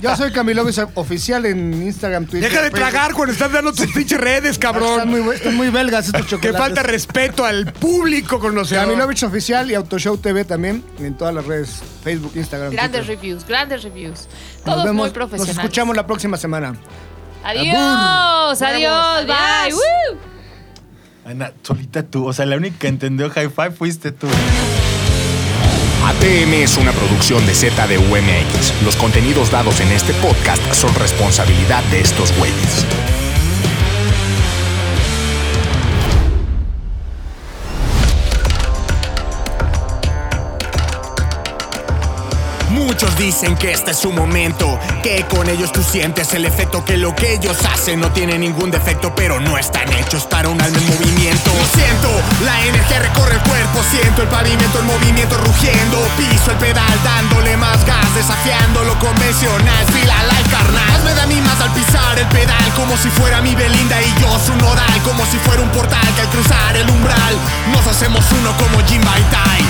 Speaker 5: Yo Ah, soy Camilo Visa, oficial en Instagram, Twitter.
Speaker 2: Deja de
Speaker 5: Facebook.
Speaker 2: tragar cuando estás dando tus pinches redes,
Speaker 5: Están muy,
Speaker 2: cabrón.
Speaker 5: bu- están muy belgas estos
Speaker 2: Que
Speaker 5: chocolates.
Speaker 2: falta respeto al público conocedor.
Speaker 5: Camilovich Oficial y Autoshow TV también en todas las redes, Facebook, Instagram.
Speaker 6: grandes
Speaker 5: Twitter.
Speaker 6: reviews, grandes reviews.
Speaker 5: Nos
Speaker 6: Todos
Speaker 5: vemos,
Speaker 6: muy profesionales.
Speaker 5: Nos escuchamos la próxima semana.
Speaker 6: Adiós, adiós, bye. Woo.
Speaker 4: Ana, solita tú. O sea, la única que entendió High Five fuiste tú.
Speaker 1: ATM es una producción de ZDUMX. Los contenidos dados en este podcast son responsabilidad de estos güeyes.
Speaker 9: Muchos dicen que este es su momento, que con ellos tú sientes el efecto, que lo que ellos hacen no tiene ningún defecto, pero no están hechos para un alma en movimiento. Lo siento, la energía recorre el cuerpo, siento el pavimento en movimiento rugiendo, piso el pedal dándole más gas, desafiando lo convencional, fila like carnal. Más me da a mí más al pisar el pedal, como si fuera mi Belinda y yo su nodal, como si fuera un portal que al cruzar el umbral nos hacemos uno como Jim Baitai.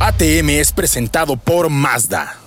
Speaker 4: ATM es presentado por Mazda.